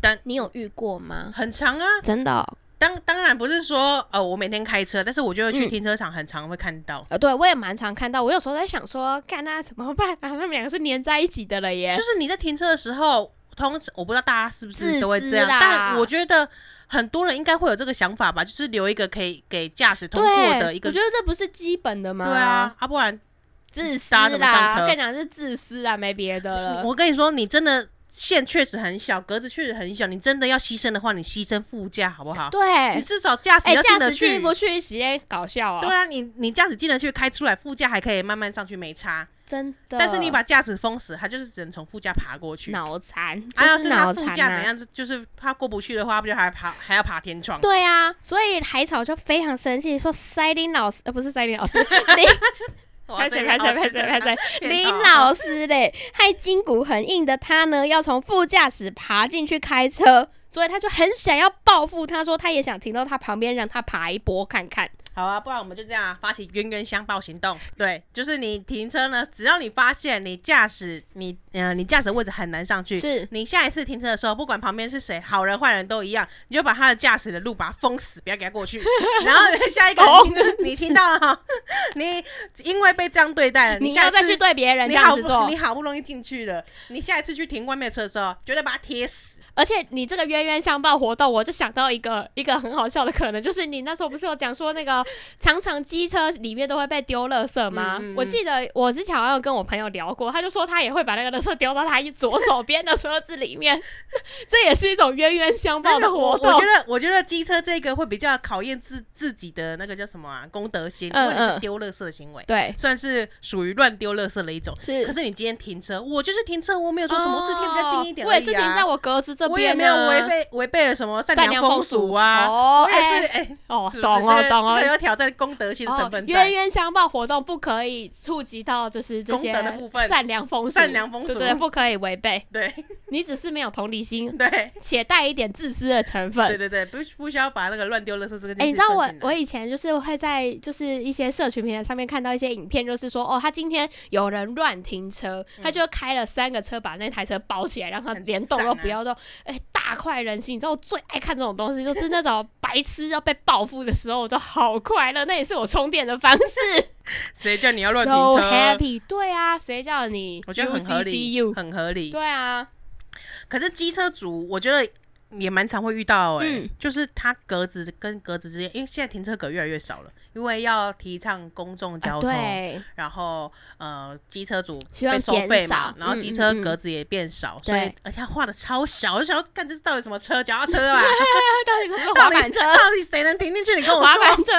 [SPEAKER 3] 但
[SPEAKER 2] 你有遇过吗？
[SPEAKER 3] 很长啊，
[SPEAKER 2] 真的哦、
[SPEAKER 3] 当当然不是说呃我每天开车，但是我就会去
[SPEAKER 2] 嗯
[SPEAKER 3] 停车场，很常会看到。
[SPEAKER 2] 呃，对我也蛮常看到，我有时候在想
[SPEAKER 1] 说干那怎么办啊？他们两个是粘在一起的了耶
[SPEAKER 2] 啊
[SPEAKER 3] 就。是你在停车的时候，通常我不知道大家是不
[SPEAKER 2] 自
[SPEAKER 3] 是都会
[SPEAKER 2] 私
[SPEAKER 3] 这样，
[SPEAKER 2] 啦
[SPEAKER 3] 但我觉得很多人应该会有这个想法吧，就是留一个可以给驾驶通
[SPEAKER 2] 对，
[SPEAKER 3] 过的一
[SPEAKER 2] 我
[SPEAKER 3] 个
[SPEAKER 2] 觉。得嗯这不是基本的吗？
[SPEAKER 3] 对啊，，啊，不然
[SPEAKER 2] 自私
[SPEAKER 3] 大家怎么上
[SPEAKER 2] 啦，
[SPEAKER 3] 车
[SPEAKER 1] 跟你讲是自私啊，没别的了。
[SPEAKER 3] 我跟你说，你真的线确实很小，格子确实很小，你真的要牺牲的话，你牺牲副驾好不好？
[SPEAKER 2] 对，
[SPEAKER 3] 你
[SPEAKER 2] 哎、
[SPEAKER 3] 至少驾驶要进
[SPEAKER 1] 驾
[SPEAKER 3] 得
[SPEAKER 1] 驶
[SPEAKER 3] 去
[SPEAKER 1] 进。不去，实在搞笑啊、
[SPEAKER 3] 对啊，你你驾驶进得去，开出来，副驾还可以慢慢上去，没差。
[SPEAKER 2] 真的。
[SPEAKER 3] 但是你把驾驶封死，他就是只能从副驾爬过去。
[SPEAKER 2] 脑残，
[SPEAKER 3] 啊，要
[SPEAKER 2] 就是是
[SPEAKER 3] 他
[SPEAKER 2] 脑
[SPEAKER 3] 副
[SPEAKER 2] 残
[SPEAKER 3] 驾怎
[SPEAKER 2] 啊！
[SPEAKER 3] 样，就是他过不去的话，不就还爬还要爬天窗？
[SPEAKER 2] 对啊，所以海草就非常生气，说塞林老师，呃，不是塞林老师，
[SPEAKER 3] 我
[SPEAKER 1] 拍
[SPEAKER 3] 要
[SPEAKER 1] 谁
[SPEAKER 3] 哦这
[SPEAKER 1] 拍谁
[SPEAKER 3] 边凹
[SPEAKER 1] 拍
[SPEAKER 3] 自己
[SPEAKER 1] 谁
[SPEAKER 3] 的
[SPEAKER 1] 拍谁，
[SPEAKER 2] 林
[SPEAKER 3] 天哪
[SPEAKER 2] 老师嘞，害筋骨很硬的他呢，要从副驾驶爬进去开车，所以他就很想要报复他，说他也想停到他旁边，让他爬一波看看。
[SPEAKER 3] 好啊，不然我们就这样啊发起冤冤相报行动。对，就是你停车呢，只要你发现你驾驶你呃你驾驶位置很难上去，
[SPEAKER 2] 是，
[SPEAKER 3] 你下一次停车的时候，不管旁边是谁，好人坏人都一样，你就把他的驾驶的路把它封死，不要给他 过去。然后下一个
[SPEAKER 1] 哦
[SPEAKER 3] 你听你听到了哈，你因为被这样对待了，
[SPEAKER 1] 你
[SPEAKER 3] 下
[SPEAKER 1] 要
[SPEAKER 3] 一
[SPEAKER 1] 再
[SPEAKER 3] 次
[SPEAKER 1] 去对别人这
[SPEAKER 3] 你
[SPEAKER 1] 样
[SPEAKER 3] 好
[SPEAKER 1] 子
[SPEAKER 3] 不
[SPEAKER 1] 做
[SPEAKER 3] 你，好不容易进去了，你下一次去停外面的车的时候，绝对把它贴死。
[SPEAKER 1] 而且你这个冤冤相报活动，我就想到一个一个很好笑的可能，就是你那时候不是有讲说那个常常机车里面都会被丢垃圾吗？
[SPEAKER 3] 嗯嗯嗯
[SPEAKER 1] 我记得我之前好像有跟我朋友聊过，他就说他也会把那个垃圾丢到他一左手边的车子里面， 这也是一种冤冤相报
[SPEAKER 3] 但是
[SPEAKER 1] 的
[SPEAKER 3] 我
[SPEAKER 1] 活
[SPEAKER 3] 我觉
[SPEAKER 1] 动。
[SPEAKER 3] 得，我觉得机车这个会比较考验自自己的那个叫什么啊，公德心，
[SPEAKER 1] 嗯
[SPEAKER 3] 因为你
[SPEAKER 1] 嗯
[SPEAKER 3] 是丢垃圾的行为，
[SPEAKER 1] 对，
[SPEAKER 3] 算是属于乱丢垃圾的一种。
[SPEAKER 2] 是
[SPEAKER 3] 可是你今天停车，我就是停车，我没有做什么，我只是停比较近一点而已啊、
[SPEAKER 1] 哦我也是停在我格子这这
[SPEAKER 3] 我也
[SPEAKER 1] 边
[SPEAKER 3] 没有
[SPEAKER 1] 啊
[SPEAKER 3] 违背违背了什么善
[SPEAKER 1] 善
[SPEAKER 3] 良
[SPEAKER 1] 良
[SPEAKER 3] 风
[SPEAKER 1] 风
[SPEAKER 3] 俗
[SPEAKER 1] 俗
[SPEAKER 3] 啊，
[SPEAKER 1] 哦
[SPEAKER 3] 我也是
[SPEAKER 1] 哎
[SPEAKER 3] 哎、
[SPEAKER 1] 哦
[SPEAKER 3] 是不，是
[SPEAKER 1] 懂
[SPEAKER 3] 这
[SPEAKER 1] 哦，
[SPEAKER 3] 个
[SPEAKER 1] 懂
[SPEAKER 3] 这个
[SPEAKER 1] 哦。
[SPEAKER 3] 有挑战公德心的成分在
[SPEAKER 1] 冤。冤相报活动不可以触及到，就是这些
[SPEAKER 3] 功德的部分
[SPEAKER 1] 善良风俗，
[SPEAKER 3] 善良风俗
[SPEAKER 1] 对对，不可以违背。
[SPEAKER 3] 对
[SPEAKER 1] 你只是没有同理心，
[SPEAKER 3] 对
[SPEAKER 1] 且带一点自私的成分。
[SPEAKER 3] 对对对，不不需要把那个乱丢垃圾这个。
[SPEAKER 1] 哎、你知道我我以前就是会在就是一些社群平台上面看到一些影片，就是说哦，他今天有人乱停车，他就开了三个车把那台车包起来，让他
[SPEAKER 3] 嗯很
[SPEAKER 1] 连动
[SPEAKER 3] 赞
[SPEAKER 1] 都
[SPEAKER 3] 啊
[SPEAKER 1] 不要动。哎、大快人心！你知道我最爱看这种东西，就是那种白痴要被报复的时候，我就好快乐，那也是我充电的方式。
[SPEAKER 3] 谁叫你要乱
[SPEAKER 1] so
[SPEAKER 3] 停车
[SPEAKER 1] happy，对啊，谁叫你？
[SPEAKER 3] 我觉得很合理
[SPEAKER 1] UCCU
[SPEAKER 3] 很合理。
[SPEAKER 1] 对啊，
[SPEAKER 3] 可是机车族，我觉得也蛮常会遇到哎、
[SPEAKER 1] 嗯
[SPEAKER 3] 就是它格子跟格子之间，因为现在停车格越来越少了，因为要提倡公众
[SPEAKER 1] 啊
[SPEAKER 3] 交通，
[SPEAKER 1] 对，
[SPEAKER 3] 然后呃，机车组
[SPEAKER 2] 希望
[SPEAKER 3] 被收费
[SPEAKER 2] 减少
[SPEAKER 3] 嘛，然后
[SPEAKER 2] 嗯
[SPEAKER 3] 机车
[SPEAKER 2] 嗯嗯
[SPEAKER 3] 格子也变少，所
[SPEAKER 2] 对
[SPEAKER 3] 以而且它画的超小，我就想要干这是到底什么车，脚踏车吧？
[SPEAKER 1] 到底什么是
[SPEAKER 3] 到
[SPEAKER 1] 滑
[SPEAKER 3] 底
[SPEAKER 1] 板车？
[SPEAKER 3] 到底谁能停进去？你跟我
[SPEAKER 1] 滑板
[SPEAKER 3] 说。
[SPEAKER 1] 车。。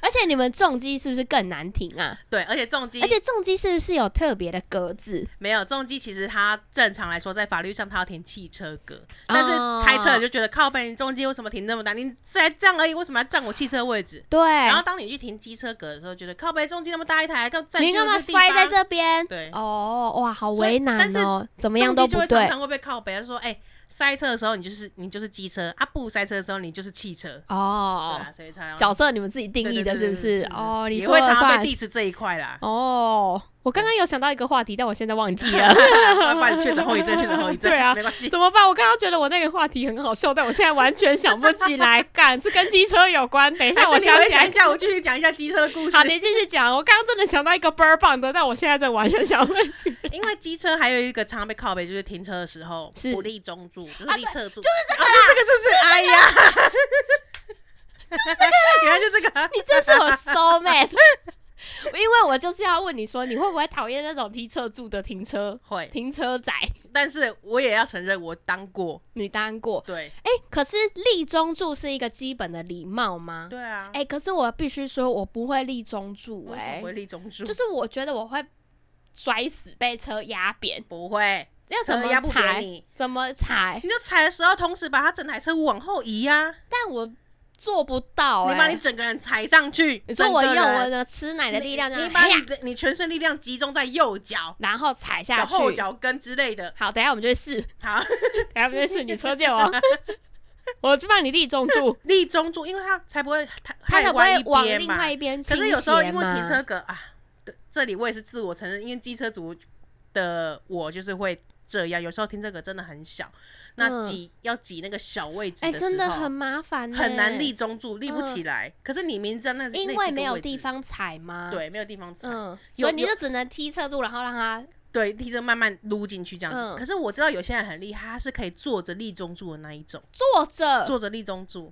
[SPEAKER 2] 而且你们重机是不是更难停啊？
[SPEAKER 3] 对，而且重机
[SPEAKER 2] 而且重机是不是有特别的格子？
[SPEAKER 3] 没有重机，其实它正常来说在法律上它要停汽车格，但是
[SPEAKER 2] 哦
[SPEAKER 3] 开车人就觉得靠背，你重机为什么停那么大？你才这样而已，为什么要占我汽车位置？
[SPEAKER 2] 对，
[SPEAKER 3] 然后当你去停机车格的时候，觉得靠背重机那么大一台，干占
[SPEAKER 2] 你
[SPEAKER 3] 据
[SPEAKER 2] 干
[SPEAKER 3] 了
[SPEAKER 2] 嘛
[SPEAKER 3] 这地
[SPEAKER 2] 摔在
[SPEAKER 3] 方？
[SPEAKER 2] 这边？
[SPEAKER 3] 对，
[SPEAKER 2] 哦，哇，好
[SPEAKER 3] 所以
[SPEAKER 2] 为难哦，怎么样
[SPEAKER 3] 重
[SPEAKER 2] 都
[SPEAKER 3] 机就
[SPEAKER 2] 不
[SPEAKER 3] 会常
[SPEAKER 2] 对
[SPEAKER 3] 常会被靠背，他说：“哎、塞车的时候你就是你就是机车啊，不塞车的时候你就是汽车。
[SPEAKER 2] 哦
[SPEAKER 3] 对。啊，所以才
[SPEAKER 2] 角色你们自己定
[SPEAKER 3] 对
[SPEAKER 2] 义
[SPEAKER 3] 对
[SPEAKER 2] 的，
[SPEAKER 3] 对
[SPEAKER 2] 是不
[SPEAKER 3] 对
[SPEAKER 2] 是
[SPEAKER 3] 对？对
[SPEAKER 2] 哦，你
[SPEAKER 3] 也
[SPEAKER 2] 说
[SPEAKER 3] 会
[SPEAKER 2] 了
[SPEAKER 3] 常常
[SPEAKER 2] 算
[SPEAKER 3] 被。地址这一块啦
[SPEAKER 1] 哦，我刚刚有想到一个话题，但我现在忘记 了，
[SPEAKER 3] 把你确诊后遗症，确诊后遗症，
[SPEAKER 1] 对啊
[SPEAKER 3] 没关系。
[SPEAKER 1] 怎么办？我刚刚觉得我那个话题很好笑，但我现在完全想不起 来，干是跟机车有关。等一下，我
[SPEAKER 3] 还是你
[SPEAKER 1] 想
[SPEAKER 3] 回
[SPEAKER 1] 起
[SPEAKER 3] 想一
[SPEAKER 1] 来。
[SPEAKER 3] 下，我继续讲一下机车的故事
[SPEAKER 1] 好，。你继续讲。我刚刚真的想到一个倍儿棒的，但我现在真的完全想不起 来。
[SPEAKER 3] 因为机车还有一个常常被靠背，就是停车的时候
[SPEAKER 2] 是
[SPEAKER 3] 不立中柱，就是立侧柱，
[SPEAKER 2] 这
[SPEAKER 3] 啊这个是不是？哎呀，
[SPEAKER 2] 啊
[SPEAKER 3] 原来就这个。啊
[SPEAKER 2] 你真是我 soul mate，
[SPEAKER 1] 因为我就是要问你说，你会不会讨厌那种停车柱的停车
[SPEAKER 3] 会，
[SPEAKER 1] 停车仔？
[SPEAKER 3] 但是我也要承认，我当过。
[SPEAKER 1] 你当过？
[SPEAKER 3] 对，
[SPEAKER 2] 哎、可是立中柱是一个基本的礼貌吗？
[SPEAKER 3] 对啊。
[SPEAKER 2] 哎、可是我必须说，我不会立中柱、
[SPEAKER 3] 为什么
[SPEAKER 2] 哎
[SPEAKER 3] 会，立中柱？
[SPEAKER 2] 就是我觉得我会摔死，被车压扁，
[SPEAKER 3] 不会，
[SPEAKER 2] 要
[SPEAKER 3] 车
[SPEAKER 2] 怎么
[SPEAKER 3] 压不扁
[SPEAKER 2] 踩？
[SPEAKER 3] 你，
[SPEAKER 2] 怎么踩？
[SPEAKER 3] 你就踩的时候，同时把它整台车往后移呀、
[SPEAKER 2] 但我做不到、
[SPEAKER 3] 你把
[SPEAKER 2] 哎，
[SPEAKER 3] 你整个人踩上去。
[SPEAKER 2] 你说我
[SPEAKER 3] 整
[SPEAKER 2] 用
[SPEAKER 3] 个人
[SPEAKER 2] 我的吃奶的力量这
[SPEAKER 3] 你
[SPEAKER 2] 样
[SPEAKER 3] 你把
[SPEAKER 2] 哎呀
[SPEAKER 3] 你的你全身力量集中在右脚
[SPEAKER 2] 然后踩下
[SPEAKER 3] 的
[SPEAKER 2] 去。
[SPEAKER 3] 后脚跟之类的。
[SPEAKER 1] 好，等一下我们就去试，
[SPEAKER 3] 好，
[SPEAKER 1] 等一下我们就去试。你车借我，我就帮你立中 柱。
[SPEAKER 3] 立中柱，因为它才不会它
[SPEAKER 2] 它可不会往
[SPEAKER 3] 一边
[SPEAKER 2] 另
[SPEAKER 3] 嘛
[SPEAKER 2] 外一边
[SPEAKER 3] 可
[SPEAKER 2] 倾斜
[SPEAKER 3] 是有
[SPEAKER 2] 嘛？
[SPEAKER 3] 时候因为停车格啊，对这里我也是自我承认，因为机车族的我就是会这样，有时候停车格真的很小，那
[SPEAKER 2] 嗯
[SPEAKER 3] 挤、要挤那个小位置
[SPEAKER 2] 哎、
[SPEAKER 3] 时候，
[SPEAKER 2] 真的很麻烦、呢
[SPEAKER 3] 很难立，中柱，立不
[SPEAKER 2] 嗯
[SPEAKER 3] 起来。可是你明知道那
[SPEAKER 2] 因
[SPEAKER 3] 那是
[SPEAKER 2] 为
[SPEAKER 3] 一个
[SPEAKER 2] 没有
[SPEAKER 3] 位置
[SPEAKER 2] 地，方踩
[SPEAKER 1] 啊
[SPEAKER 2] 嘛。，
[SPEAKER 3] 对，没有地方踩，
[SPEAKER 2] 嗯，
[SPEAKER 3] 有
[SPEAKER 2] 所以你
[SPEAKER 3] 有
[SPEAKER 2] 就只能踢侧住，然后让它
[SPEAKER 3] 对，地着慢慢撸进去这样子。
[SPEAKER 2] 嗯
[SPEAKER 3] 可是我知道有些人很厉害，他是可以坐着立中柱的那一种，
[SPEAKER 2] 坐
[SPEAKER 1] 嗯
[SPEAKER 2] 着。
[SPEAKER 3] 坐着立中柱。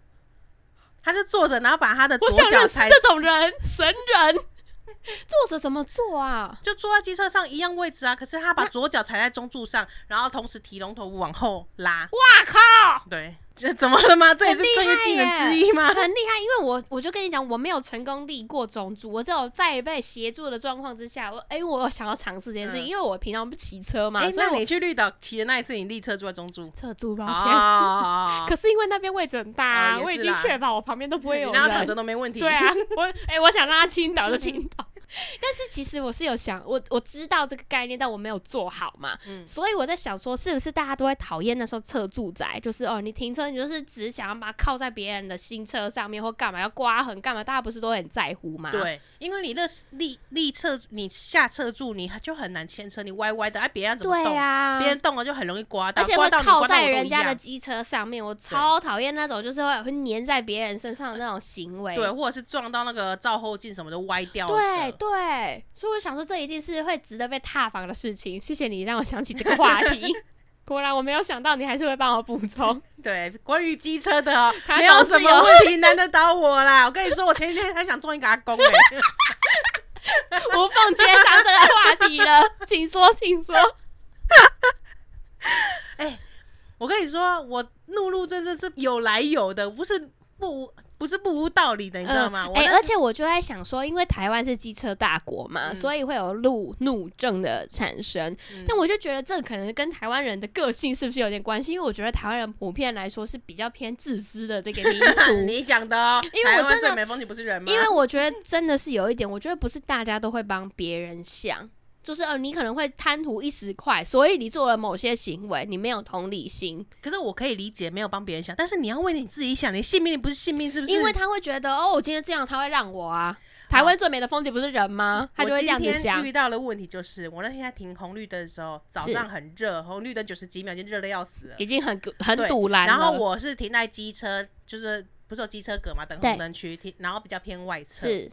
[SPEAKER 3] 他是坐着，然后把他的左
[SPEAKER 1] 我想
[SPEAKER 3] 脚
[SPEAKER 1] 认识
[SPEAKER 3] 踩
[SPEAKER 1] 这种人，神人。
[SPEAKER 2] 坐着怎么坐啊？
[SPEAKER 3] 就坐在机车上一样位置啊，可是他把左脚踩在中柱上，然后同时提龙头往后拉。
[SPEAKER 1] 哇靠！
[SPEAKER 3] 对，这怎么了吗？这也
[SPEAKER 2] 很
[SPEAKER 3] 是
[SPEAKER 2] 厉害
[SPEAKER 3] 专业技能之 一吗？
[SPEAKER 2] 很厉害，因为我我就跟你讲，我没有成功立过中柱，我只有在被协助的状况之下，我哎、我想要尝试这件事，
[SPEAKER 3] 嗯
[SPEAKER 2] 因为我平常不骑车嘛，
[SPEAKER 3] 哎、
[SPEAKER 2] 所以
[SPEAKER 3] 那
[SPEAKER 2] 我
[SPEAKER 3] 你去绿岛骑的那一次，你立车坐在中柱哦
[SPEAKER 1] 侧柱抱歉。
[SPEAKER 3] 啊？
[SPEAKER 1] 可是因为那边位置很大、
[SPEAKER 3] 啊也是
[SPEAKER 1] 我已经
[SPEAKER 3] 啦
[SPEAKER 1] 确保我旁边都不会
[SPEAKER 3] 你
[SPEAKER 1] 有
[SPEAKER 3] 让他躺
[SPEAKER 1] 人
[SPEAKER 3] 着。都嗯没问题。
[SPEAKER 1] 对啊，我哎、我想让他倾倒就倾倒。
[SPEAKER 2] 但是其实我是有想，我我知道这个概念，但我没有做好嘛，
[SPEAKER 3] 嗯
[SPEAKER 2] 所以我在想说，是不是大家都会讨厌那时候侧住宅，就是哦，你停车你就是只想要把它靠在别人的新车上面或干嘛要刮痕干嘛，大家不是都很在乎嘛？，
[SPEAKER 3] 对，因为你那立立侧，你下侧柱，你就很难牵车，你歪歪的，哎、别人怎么
[SPEAKER 2] 对啊
[SPEAKER 3] 动？
[SPEAKER 2] 呀、
[SPEAKER 3] 别人动了就很容易刮到，
[SPEAKER 2] 而且
[SPEAKER 3] 刮
[SPEAKER 2] 会
[SPEAKER 3] 到你
[SPEAKER 2] 靠
[SPEAKER 3] 刮到我
[SPEAKER 2] 在
[SPEAKER 3] 都
[SPEAKER 2] 人
[SPEAKER 3] 一
[SPEAKER 2] 家的
[SPEAKER 3] 样
[SPEAKER 2] 机车上面，我超讨厌那种就是会会粘在别人身上的那种行为。
[SPEAKER 3] 对，或者是撞到那个照后镜什么的歪掉的。
[SPEAKER 2] 对对，所以我想说，这一定是会值得被踏访的事情。谢谢你让我想起这个话 题。
[SPEAKER 1] 果然我没有想到你还是会帮我补充。
[SPEAKER 3] 对，关于机车 的哦，
[SPEAKER 1] 他
[SPEAKER 3] 没有
[SPEAKER 1] 总是
[SPEAKER 3] 什么
[SPEAKER 1] 有
[SPEAKER 3] 问题难得倒我啦。我 跟你说，我前几天还想做一个阿公哎、
[SPEAKER 1] 无缝接上这个话题了，请说，请说。
[SPEAKER 3] 啊我跟你说，我怒路真的是有来有的，不是不不是不无道理的，你知道吗？
[SPEAKER 2] 嗯
[SPEAKER 3] 我
[SPEAKER 2] 哎、
[SPEAKER 3] 那
[SPEAKER 2] 而且我就在想说，因为台湾是机车大国嘛，
[SPEAKER 3] 嗯
[SPEAKER 2] 所以会有路怒症的产生。
[SPEAKER 3] 嗯
[SPEAKER 2] 但我就觉得这可能跟台湾人的个性是不是有点关系？因为我觉得台湾人普遍来说是比较偏自私的这个民族。
[SPEAKER 3] 你讲的哦，
[SPEAKER 2] 因为我
[SPEAKER 3] 台湾
[SPEAKER 2] 真的
[SPEAKER 3] 最美风景不是人吗？
[SPEAKER 2] 因为我觉得真的是有一点，我觉得不是大家都会帮别人想，就是呃，你可能会贪图一时快，所以你做了某些行为，你没有同理心，
[SPEAKER 3] 可是我可以理解没有帮别人想，但是你要为你自己想，你性命不是性命是不是？
[SPEAKER 2] 因为他会觉得哦，我今天这样他会让我啊，台湾最美的风景不是人吗？他就会这样子
[SPEAKER 3] 我今天
[SPEAKER 2] 想
[SPEAKER 3] 遇。到的问题就是，我那天在停红绿灯的时候，早
[SPEAKER 2] 是
[SPEAKER 3] 上很热，红绿灯九十几秒就热的要死了。
[SPEAKER 2] 已经很很
[SPEAKER 3] 对
[SPEAKER 2] 堵拦了。
[SPEAKER 3] 然后我是停在机车，就是不是有机车格嘛，等红灯区停，然后比较偏外侧。
[SPEAKER 2] 是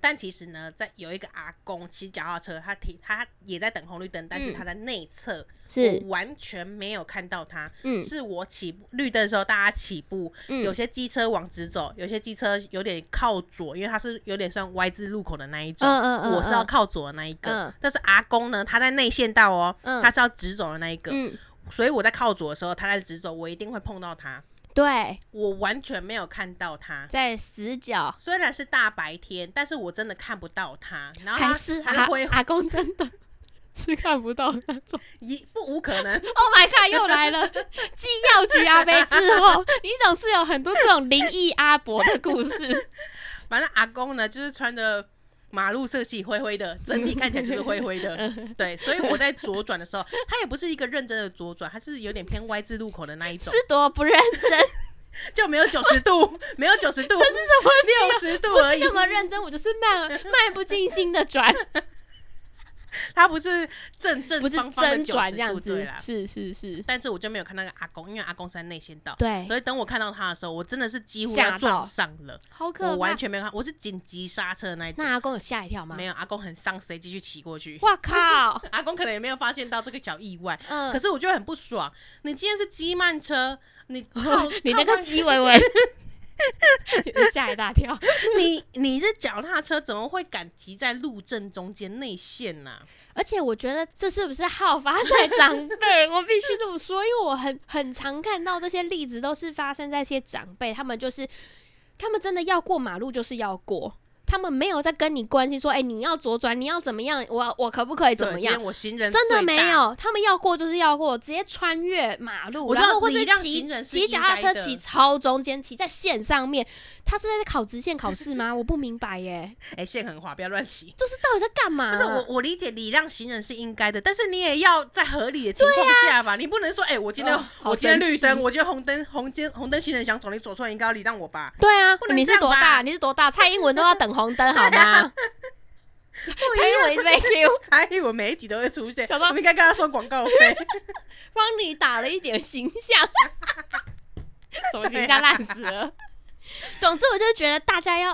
[SPEAKER 3] 但其实呢，在有一个阿公骑脚踏车，他停，他也在等红绿灯，但是
[SPEAKER 2] 嗯
[SPEAKER 3] 他在内侧，
[SPEAKER 2] 是
[SPEAKER 3] 我完全没有看到他。
[SPEAKER 2] 嗯
[SPEAKER 3] 是我起步绿灯的时候，大家起步，
[SPEAKER 2] 嗯
[SPEAKER 3] 有些机车往直走，有些机车有点靠左，因为它是有点算 Y 字路口的那一种。
[SPEAKER 2] 嗯嗯嗯
[SPEAKER 3] 我是要
[SPEAKER 2] 嗯
[SPEAKER 3] 靠左的那一个，
[SPEAKER 2] 嗯
[SPEAKER 3] 但是阿公呢，他在内线道哦，
[SPEAKER 2] 嗯
[SPEAKER 3] 他是要直走的那一个，
[SPEAKER 2] 嗯
[SPEAKER 3] 所以我在靠左的时候，他在直走，我一定会碰到他，
[SPEAKER 2] 对，
[SPEAKER 3] 我完全没有看到他。
[SPEAKER 2] 在死角
[SPEAKER 3] 虽然是大白天，但是我真的看不到他，然后他
[SPEAKER 2] 还是啊
[SPEAKER 3] 还是
[SPEAKER 2] 阿
[SPEAKER 3] 挥
[SPEAKER 2] 阿公真的是看不到那种。
[SPEAKER 3] 一不无可能，
[SPEAKER 2] Oh my god，又来 了！继药局阿伯之 后，你总是有很多这种灵异阿伯的故 事。
[SPEAKER 3] 反正阿公呢，就是穿着马路色系灰灰的，整体看起来就是灰灰 的。
[SPEAKER 2] 嗯
[SPEAKER 3] 对，所以我在左转的时候，他也不是一个认真的左转，他是有点偏 Y 字路口的那一种
[SPEAKER 2] 是，多不认 真，
[SPEAKER 3] 就没有九 十度，没有九十度，
[SPEAKER 2] 这是什么形容？
[SPEAKER 3] 六十度
[SPEAKER 2] 不
[SPEAKER 3] 而
[SPEAKER 2] 是
[SPEAKER 3] 已。
[SPEAKER 2] 那么认真，我就是漫漫不经心的 转，
[SPEAKER 3] 他不是正正
[SPEAKER 2] 不是
[SPEAKER 3] 方方的
[SPEAKER 2] 真转这
[SPEAKER 3] 90
[SPEAKER 2] 样
[SPEAKER 3] 度
[SPEAKER 2] 子
[SPEAKER 3] 对，啦。
[SPEAKER 2] 是是是，
[SPEAKER 3] 但是我就没有看那个阿公，因为阿公是在内线道，
[SPEAKER 2] 对，
[SPEAKER 3] 所以等我看到他的时候，我真的是几乎
[SPEAKER 2] 吓
[SPEAKER 3] 要
[SPEAKER 2] 到
[SPEAKER 3] 撞上了，
[SPEAKER 2] 好可
[SPEAKER 3] 我
[SPEAKER 2] 怕
[SPEAKER 3] 完。全没有看，我是紧急刹车的那一种
[SPEAKER 2] 那。阿公有吓一跳吗？
[SPEAKER 3] 没有，阿公很伤谁继续骑过去。
[SPEAKER 2] 哇 靠！
[SPEAKER 3] 阿公可能也没有发现到这个小意外，
[SPEAKER 2] 嗯，
[SPEAKER 3] 可是我就很不爽。你今天是机慢车，你靠
[SPEAKER 2] 你那个
[SPEAKER 3] 靠
[SPEAKER 2] 鸡尾尾，吓一大跳。
[SPEAKER 3] 你 你是脚踏车，怎么会敢骑在路正中间内线呐、
[SPEAKER 2] 而且我觉得这是不是好发在长 辈？我必须这么说，因为我很很常看到这些例子，都是发生在一些长辈，他们就是他们真的要过马路就是要过。他们没有在跟你关心说，哎、你要左转，你要怎么样，我我可不可以怎
[SPEAKER 3] 对
[SPEAKER 2] 么
[SPEAKER 3] 今天
[SPEAKER 2] 样？
[SPEAKER 3] 我行人
[SPEAKER 2] 真的
[SPEAKER 3] 最大
[SPEAKER 2] 没，有，他们要过就是要过，直接穿越马路，
[SPEAKER 3] 我知
[SPEAKER 2] 然
[SPEAKER 3] 道
[SPEAKER 2] 后或是
[SPEAKER 3] 礼让
[SPEAKER 2] 骑
[SPEAKER 3] 行人是
[SPEAKER 2] 骑
[SPEAKER 3] 应
[SPEAKER 2] 脚踏
[SPEAKER 3] 该
[SPEAKER 2] 车
[SPEAKER 3] 的
[SPEAKER 2] 骑超中间，骑在线上面。他是在考直线考试 吗？我不明白耶，
[SPEAKER 3] 哎、线很滑，不要乱骑。
[SPEAKER 2] 就是到底在干嘛、
[SPEAKER 3] 不是我，我理解礼让行人是应该的，但是你也要在合理的情况下吧，你不能说，哎、我今天、
[SPEAKER 2] 哦好
[SPEAKER 3] 我今天
[SPEAKER 2] 生
[SPEAKER 3] 绿
[SPEAKER 2] 气
[SPEAKER 3] 灯，我今天红灯，红间红灯行人想走，你左转应该要礼让 我吧？
[SPEAKER 2] 对啊
[SPEAKER 3] 不，能
[SPEAKER 2] 你是
[SPEAKER 3] 这样
[SPEAKER 2] 多
[SPEAKER 3] 吧
[SPEAKER 2] 大？你是多大？蔡英文都要等红灯好 吗？ 蔡英文一直被 Q，
[SPEAKER 3] 才以为每一集都会出现，
[SPEAKER 2] 小
[SPEAKER 3] 我
[SPEAKER 2] 到
[SPEAKER 3] 们应该跟他收广告费。
[SPEAKER 2] 帮你打了一点形象， 什么形象烂死了。总之，我就觉得大家要，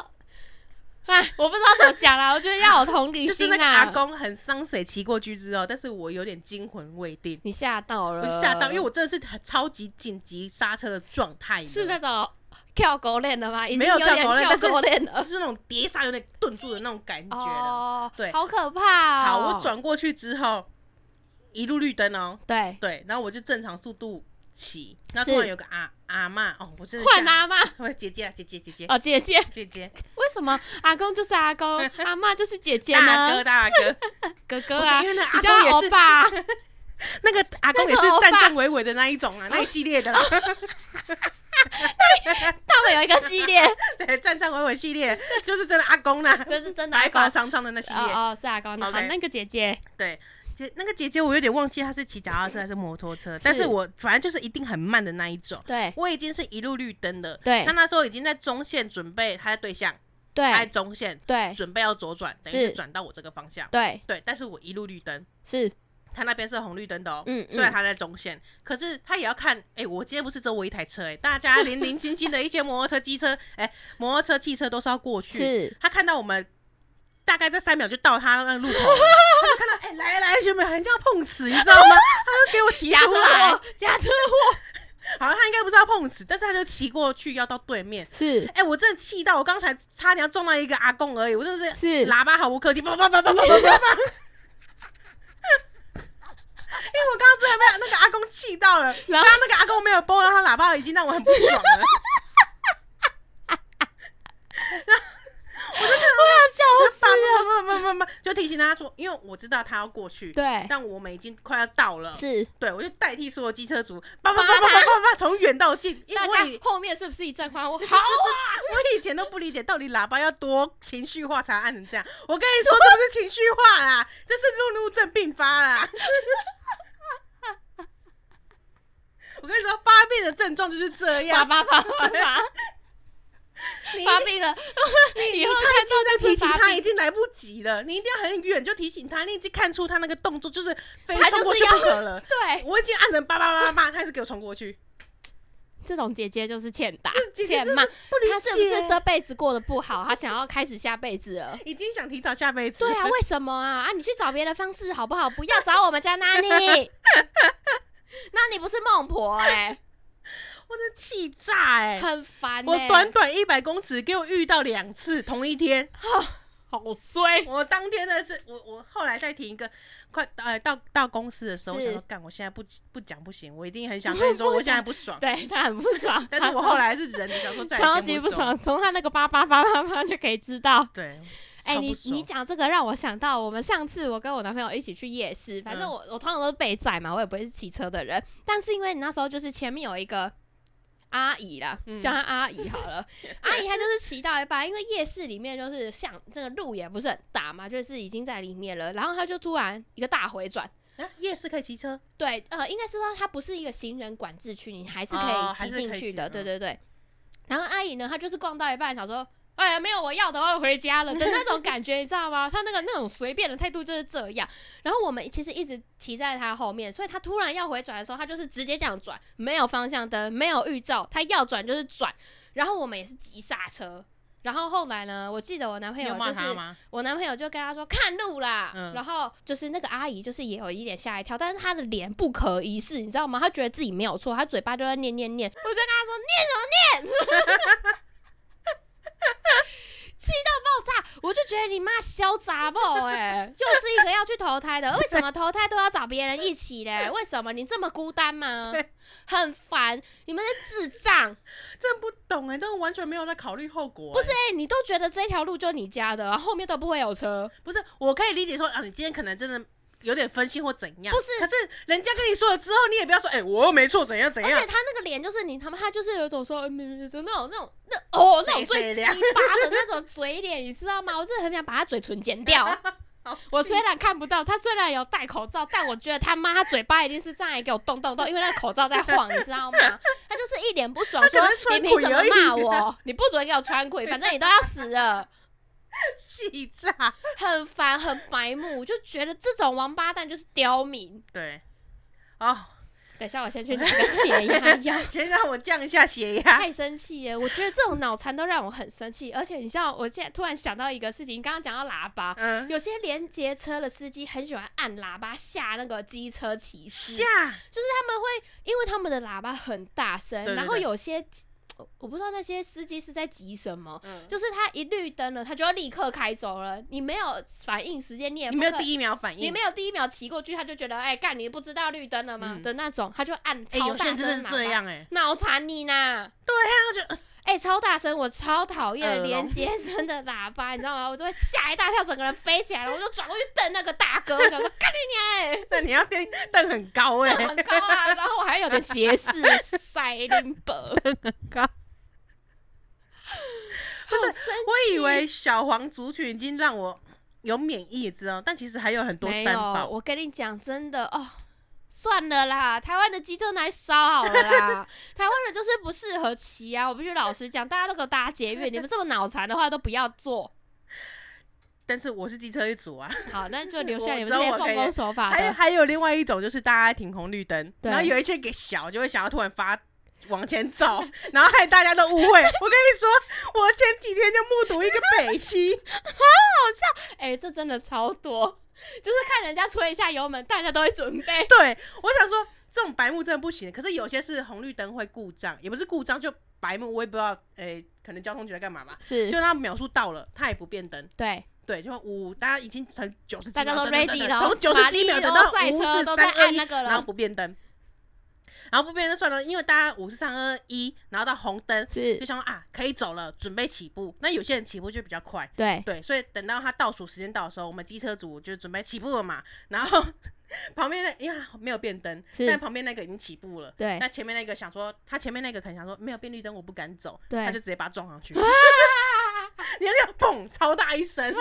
[SPEAKER 2] 哎，我不知道怎么讲啦，我觉得要有同理
[SPEAKER 3] 就是
[SPEAKER 2] 心
[SPEAKER 3] 那个阿
[SPEAKER 2] 啊。
[SPEAKER 3] 公很伤水骑过去之后，但是我有点惊魂未定，
[SPEAKER 2] 你吓到
[SPEAKER 3] 我
[SPEAKER 2] 了，
[SPEAKER 3] 就吓到，因为我真的是很超级紧急刹车的状态了，
[SPEAKER 2] 是那种跳狗链的吗？已经
[SPEAKER 3] 没有
[SPEAKER 2] 点
[SPEAKER 3] 跳狗链
[SPEAKER 2] 跳
[SPEAKER 3] 但是
[SPEAKER 2] 狗链
[SPEAKER 3] 而
[SPEAKER 2] 了。
[SPEAKER 3] 是那种碟刹有点顿住的那种感觉了。
[SPEAKER 2] 哦，
[SPEAKER 3] 对
[SPEAKER 2] 好可怕
[SPEAKER 3] 好，
[SPEAKER 2] 哦。
[SPEAKER 3] 我转过去之后，一路绿灯哦，
[SPEAKER 2] 对
[SPEAKER 3] 对，然后我就正常速度骑，那
[SPEAKER 2] 是
[SPEAKER 3] 突然有个阿阿嬷，哦，我真的
[SPEAKER 2] 换
[SPEAKER 3] 啊，
[SPEAKER 2] 阿妈
[SPEAKER 3] 我姐姐啊，姐姐姐姐
[SPEAKER 2] 哦，姐姐，
[SPEAKER 3] 姐姐，
[SPEAKER 2] 为什么阿公就是阿公，阿妈就是姐姐
[SPEAKER 3] 大
[SPEAKER 2] 呢
[SPEAKER 3] 哥？大哥，
[SPEAKER 2] 哥 哥
[SPEAKER 3] 不
[SPEAKER 2] 啊，
[SPEAKER 3] 是因为那
[SPEAKER 2] 你
[SPEAKER 3] 阿
[SPEAKER 2] 叫他
[SPEAKER 3] 公也
[SPEAKER 2] 欧
[SPEAKER 3] 是
[SPEAKER 2] 巴啊、
[SPEAKER 3] 那个阿公也
[SPEAKER 2] 那
[SPEAKER 3] 是
[SPEAKER 2] 个欧巴哦
[SPEAKER 3] 战战巍巍的那一种啊，那一系列的啦，
[SPEAKER 2] 他们有一个系 列，
[SPEAKER 3] 对，战战巍巍系列就是真的阿公啦，
[SPEAKER 2] 这是真的阿
[SPEAKER 3] 白
[SPEAKER 2] 公
[SPEAKER 3] 发。苍苍的那系列，
[SPEAKER 2] 哦哦，是阿公，那好
[SPEAKER 3] OK
[SPEAKER 2] 那个姐姐，
[SPEAKER 3] 对。姐，那个姐姐，我有点忘记她是骑脚踏车还是摩托车，但是我反正就是一定很慢的那一种。
[SPEAKER 2] 对
[SPEAKER 3] 我已经是一路绿灯了，
[SPEAKER 2] 对
[SPEAKER 3] 她那哎时候已经在中线准备，她在对向，她在
[SPEAKER 2] 对
[SPEAKER 3] 中线
[SPEAKER 2] 对
[SPEAKER 3] 准备要左转，等于
[SPEAKER 2] 是
[SPEAKER 3] 是转到我这个方向。
[SPEAKER 2] 对，
[SPEAKER 3] 对，但是我一路绿灯，
[SPEAKER 2] 是
[SPEAKER 3] 她那边是红绿灯的哦。
[SPEAKER 2] 嗯
[SPEAKER 3] 虽然
[SPEAKER 2] 嗯
[SPEAKER 3] 她在中线，可是她也要看，哎、我今天不是只有我一台车、哎，大家零零星星的一些摩托车、机车，哎、摩托车、汽车都是要过去。
[SPEAKER 2] 是，
[SPEAKER 3] 他看到我们大概在三秒就到他那个路口了，他就看到哎、来来学妹，很像碰瓷，你知道吗？他就给我骑
[SPEAKER 2] 加
[SPEAKER 3] 出
[SPEAKER 2] 车
[SPEAKER 3] 来，
[SPEAKER 2] 祸，加车
[SPEAKER 3] 好像他应该不知道碰瓷，但是他就骑过去要到对面。
[SPEAKER 2] 是
[SPEAKER 3] 哎、我真的气到我刚才差点要撞到一个阿公而已，我真的是
[SPEAKER 2] 是
[SPEAKER 3] 喇叭毫无客气，叭叭叭叭叭叭叭叭。因为我刚刚真的被那个阿公气到了，
[SPEAKER 2] 然
[SPEAKER 3] 然
[SPEAKER 2] 后
[SPEAKER 3] 后那个阿公没有拨到他喇叭，已经让我很不爽了。且他说，因为我知道他要过去，
[SPEAKER 5] 对，
[SPEAKER 3] 但我们已经快要到了，
[SPEAKER 5] 是
[SPEAKER 3] 对我就代替所有机车族，叭叭叭叭叭叭叭，从远到近，因为
[SPEAKER 2] 大
[SPEAKER 3] 我
[SPEAKER 2] 家
[SPEAKER 3] 以
[SPEAKER 2] 后面是不是一阵欢 呼？好啊！
[SPEAKER 3] 我以前都不理解到底喇叭要多情绪化才按成这样。我跟你说，这不是情绪化啦， 这是路怒症并发啦。 我跟你说，发病的症状就是这
[SPEAKER 2] 叭
[SPEAKER 3] 样。
[SPEAKER 2] 叭叭叭叭，
[SPEAKER 3] 你
[SPEAKER 2] 发病了， 以后
[SPEAKER 3] 太近
[SPEAKER 2] 看到
[SPEAKER 3] 再
[SPEAKER 2] 就是
[SPEAKER 3] 提醒
[SPEAKER 2] 发
[SPEAKER 3] 他已
[SPEAKER 2] 病，
[SPEAKER 3] 经来不及了，你一定要很远就提醒他，你已经看出他那个动作就是非
[SPEAKER 2] 他
[SPEAKER 3] 冲
[SPEAKER 2] 就
[SPEAKER 3] 过
[SPEAKER 2] 是
[SPEAKER 3] 去
[SPEAKER 2] 要
[SPEAKER 3] 不可了。
[SPEAKER 2] 对，
[SPEAKER 3] 哎我已经按成叭叭叭叭，他还是给我冲过去，
[SPEAKER 2] 这种姐姐就是欠打
[SPEAKER 3] 这、姐姐
[SPEAKER 2] 欠
[SPEAKER 3] 真
[SPEAKER 2] 骂
[SPEAKER 3] 是。不理解。
[SPEAKER 2] 她是不是这辈子过得不好？她想要开始下辈子 了？
[SPEAKER 3] 已经想提早下辈子？
[SPEAKER 2] 对啊，为什么啊？啊，你去找别的方式好不好？不要找我们家 n 妮，那你不是孟婆哎、
[SPEAKER 3] 我真的气炸哎、
[SPEAKER 2] 很烦、欸。
[SPEAKER 3] 我短短一百公尺，给我遇到两次同一天。
[SPEAKER 2] 好衰，
[SPEAKER 3] 我当天的是，我我后来再停一个，快呃到到公司的时候，我
[SPEAKER 2] 是
[SPEAKER 3] 想说干，我现在不不讲不行，我一定 很想跟你说，我现在不爽。
[SPEAKER 2] 对他很不爽。
[SPEAKER 3] 但是我后来是忍着，想说再
[SPEAKER 2] 她
[SPEAKER 3] 也
[SPEAKER 2] 说超
[SPEAKER 3] 见
[SPEAKER 2] 级
[SPEAKER 3] 不
[SPEAKER 2] 不
[SPEAKER 3] 着。
[SPEAKER 2] 爽，从他那个叭叭叭叭叭就可以知道。
[SPEAKER 3] 对，
[SPEAKER 2] 哎、
[SPEAKER 3] 超不
[SPEAKER 2] 你
[SPEAKER 3] 爽
[SPEAKER 2] 你讲这个让我想到，我们上次我跟我男朋友一起去夜市，反正
[SPEAKER 3] 嗯
[SPEAKER 2] 我、我通常都是被载嘛，我也不会是骑车的人，但是因为你那时候就是前面有一个。阿姨啦，
[SPEAKER 3] 嗯
[SPEAKER 2] 叫她阿姨好 了。阿姨她就是骑到一半，因为夜市里面就是像这个路也不是很大嘛，就是已经在里面了。然后她就突然一个大回转，
[SPEAKER 3] 啊夜市可以骑车，
[SPEAKER 2] 对，呃，应该是说它不是一个行人管制区，你还是可
[SPEAKER 3] 哦
[SPEAKER 2] 以
[SPEAKER 3] 还
[SPEAKER 2] 骑
[SPEAKER 3] 是
[SPEAKER 2] 进
[SPEAKER 3] 可以
[SPEAKER 2] 去
[SPEAKER 3] 骑
[SPEAKER 2] 的，
[SPEAKER 3] 嗯
[SPEAKER 2] 对对对。然后阿姨呢，她就是逛到一半，想说，哎呀，没有我要的，我要回家了的那种感觉，你知道吗？她那个那种随便的态度就是这样。然后我们其实一直骑在她后面，所以她突然要回转的时候，她就是直接这样转，没有方向灯，没有预兆，她要转就是转。然后我们也是急刹车。然后后来呢，我记得我男朋
[SPEAKER 3] 你
[SPEAKER 2] 友就
[SPEAKER 3] 有骂
[SPEAKER 2] 是
[SPEAKER 3] 他吗？
[SPEAKER 2] 我男朋友就跟他说看路啦，
[SPEAKER 3] 嗯
[SPEAKER 2] 然后就是那个阿姨就是也有一点吓一跳，但是她的脸不可一世，你知道吗？她觉得自己没有错，她嘴巴就在念念念，我就跟她说念什么念， 气到爆炸，我就觉得你妈小杂毛哎，又是一个要去投胎的，为什么投胎都要找别人一起嘞？为什么你这么孤单吗？很烦，你们是智障，
[SPEAKER 3] 真的不懂哎、但我完全没有在考虑后果、
[SPEAKER 2] 不是、欸你都觉得这条路就你家的，后面都不会有车。
[SPEAKER 3] 不是，我可以理解说啊，你今天可能真的有点分心或怎样。
[SPEAKER 2] 不是
[SPEAKER 3] 可是人家跟你说了之后，你也不要说，哎、我又没错，怎样怎
[SPEAKER 2] 而
[SPEAKER 3] 样
[SPEAKER 2] 且。他那个脸就是你他妈，他就是有一种说嗯嗯嗯就那种那种那哦那种最
[SPEAKER 3] 谁
[SPEAKER 2] 鸡
[SPEAKER 3] 谁
[SPEAKER 2] 巴的
[SPEAKER 3] 凉
[SPEAKER 2] 那种嘴脸，你知道吗？我真的很想把他嘴唇剪 掉。
[SPEAKER 3] 好
[SPEAKER 2] 我
[SPEAKER 3] 气
[SPEAKER 2] 虽然看不到他，虽然有戴口罩，但我觉得他妈他嘴巴一定是这样给我动 动动，因为那个口罩在晃，你知道吗？他就是一脸不爽，
[SPEAKER 3] 可
[SPEAKER 2] 说
[SPEAKER 3] 能穿
[SPEAKER 2] 你凭什么骂
[SPEAKER 3] 鬼而已
[SPEAKER 2] 我？你不准给我穿鬼，反正你都要死了，
[SPEAKER 3] 气炸，
[SPEAKER 2] 很烦，很白目，我就觉得这种王八蛋就是刁民。
[SPEAKER 3] 对，哦，
[SPEAKER 2] 等一下我先去拿个血压药。
[SPEAKER 3] 先让我降一下血 压。
[SPEAKER 2] 太生气耶！我觉得这种脑残都让我很生气，而且你知道，我现在突然想到一个事情，你刚刚讲到喇叭，
[SPEAKER 3] 嗯，
[SPEAKER 2] 有些连接车的司机很喜欢按喇叭吓那个机车骑士，
[SPEAKER 3] 下，
[SPEAKER 2] 就是他们会因为他们的喇叭很大声，
[SPEAKER 3] 对对对
[SPEAKER 2] 然后有些我我不知道那些司机是在急什么。
[SPEAKER 3] 嗯，
[SPEAKER 2] 就是他一绿灯了，他就要立刻开走了。你没有反应时间，你也
[SPEAKER 3] 你
[SPEAKER 2] 不
[SPEAKER 3] 没有
[SPEAKER 2] 可
[SPEAKER 3] 第一秒反应，
[SPEAKER 2] 你没有第一秒骑过去，他就觉得哎、干你不知道绿灯了吗、
[SPEAKER 3] 嗯
[SPEAKER 2] 的那种，他就按
[SPEAKER 3] 哎、
[SPEAKER 2] 超
[SPEAKER 3] 有些
[SPEAKER 2] 大
[SPEAKER 3] 人真
[SPEAKER 2] 声
[SPEAKER 3] 的
[SPEAKER 2] 喇
[SPEAKER 3] 是这
[SPEAKER 2] 叭
[SPEAKER 3] 样哎、
[SPEAKER 2] 脑残你呐！
[SPEAKER 3] 对啊，我觉得
[SPEAKER 2] 哎、超大声，我超讨
[SPEAKER 3] 耳
[SPEAKER 2] 厌
[SPEAKER 3] 聋
[SPEAKER 2] 连接声的喇叭，你知道吗？我就会吓一大跳，整个人飞起来了，我就转过去瞪那个大哥，我想说干你娘嘞，
[SPEAKER 3] 那你要跟瞪很高 哎、
[SPEAKER 2] 很高啊，然后我还有点斜视，塞林 伯，
[SPEAKER 3] 高
[SPEAKER 2] 好生气
[SPEAKER 3] 我以为小黄族群已经让我有免疫，知道，但其实还有很多
[SPEAKER 2] 没
[SPEAKER 3] 三
[SPEAKER 2] 有，
[SPEAKER 3] 宝。
[SPEAKER 2] 我跟你讲，真的哦。算了啦，台湾的机车拿来烧好了啦。台湾人就是不适合骑啊，我必须老实讲，大家都给我搭捷运，你们这么脑残的话都不要做。
[SPEAKER 3] 但是我是机车一族啊，
[SPEAKER 2] 好，那就留下
[SPEAKER 3] 我
[SPEAKER 2] 你们
[SPEAKER 3] 知
[SPEAKER 2] 这
[SPEAKER 3] 道
[SPEAKER 2] 些
[SPEAKER 3] 我可
[SPEAKER 2] 奉
[SPEAKER 3] 以
[SPEAKER 2] 公守法
[SPEAKER 3] 还有
[SPEAKER 2] 的。
[SPEAKER 3] 还有另外一种就是大家停红绿灯，
[SPEAKER 2] 对
[SPEAKER 3] 然后有一些给小就会想要突然发往前走， 然后害大家都误会。我跟你说，我前几天就目睹一个 北七，
[SPEAKER 2] 哎、这真的超多，就是看人家吹一下油门，大家都会准备。
[SPEAKER 3] 对我想说这种白目真的不行，可是有些是红绿灯会故障，也不是故障就白目，我也不知道，诶、可能交通局在干嘛吧。
[SPEAKER 2] 是
[SPEAKER 3] 就他秒数到了，他也不变灯，
[SPEAKER 2] 对，
[SPEAKER 3] 对，就五，大家已经从九十，
[SPEAKER 2] 大家都 ready 了
[SPEAKER 3] 从九十
[SPEAKER 2] 马
[SPEAKER 3] 几
[SPEAKER 2] 里
[SPEAKER 3] 秒等
[SPEAKER 2] 欧
[SPEAKER 3] 到
[SPEAKER 2] 赛
[SPEAKER 3] 五
[SPEAKER 2] 车
[SPEAKER 3] 四
[SPEAKER 2] 都
[SPEAKER 3] 三
[SPEAKER 2] 在
[SPEAKER 3] 二
[SPEAKER 2] 按
[SPEAKER 3] 一，
[SPEAKER 2] 那个了
[SPEAKER 3] 然后不变灯。然后不变就算了，因为大家五十三二一，然后到红灯
[SPEAKER 2] 是
[SPEAKER 3] 就想说啊可以走了，准备起步。那有些人起步就比较快，
[SPEAKER 2] 对，
[SPEAKER 3] 对，所以等到他倒数时间到的时候，我们机车组就准备起步了嘛。然后 旁边那呀没有变灯，
[SPEAKER 2] 是
[SPEAKER 3] 但旁边那个已经起步了。
[SPEAKER 2] 对
[SPEAKER 3] 那前面那个想说，他前面那个可能想说没有变绿灯，我不敢走，
[SPEAKER 2] 对啊
[SPEAKER 3] 他就直接把他撞上 去。你看这样砰，超大一声，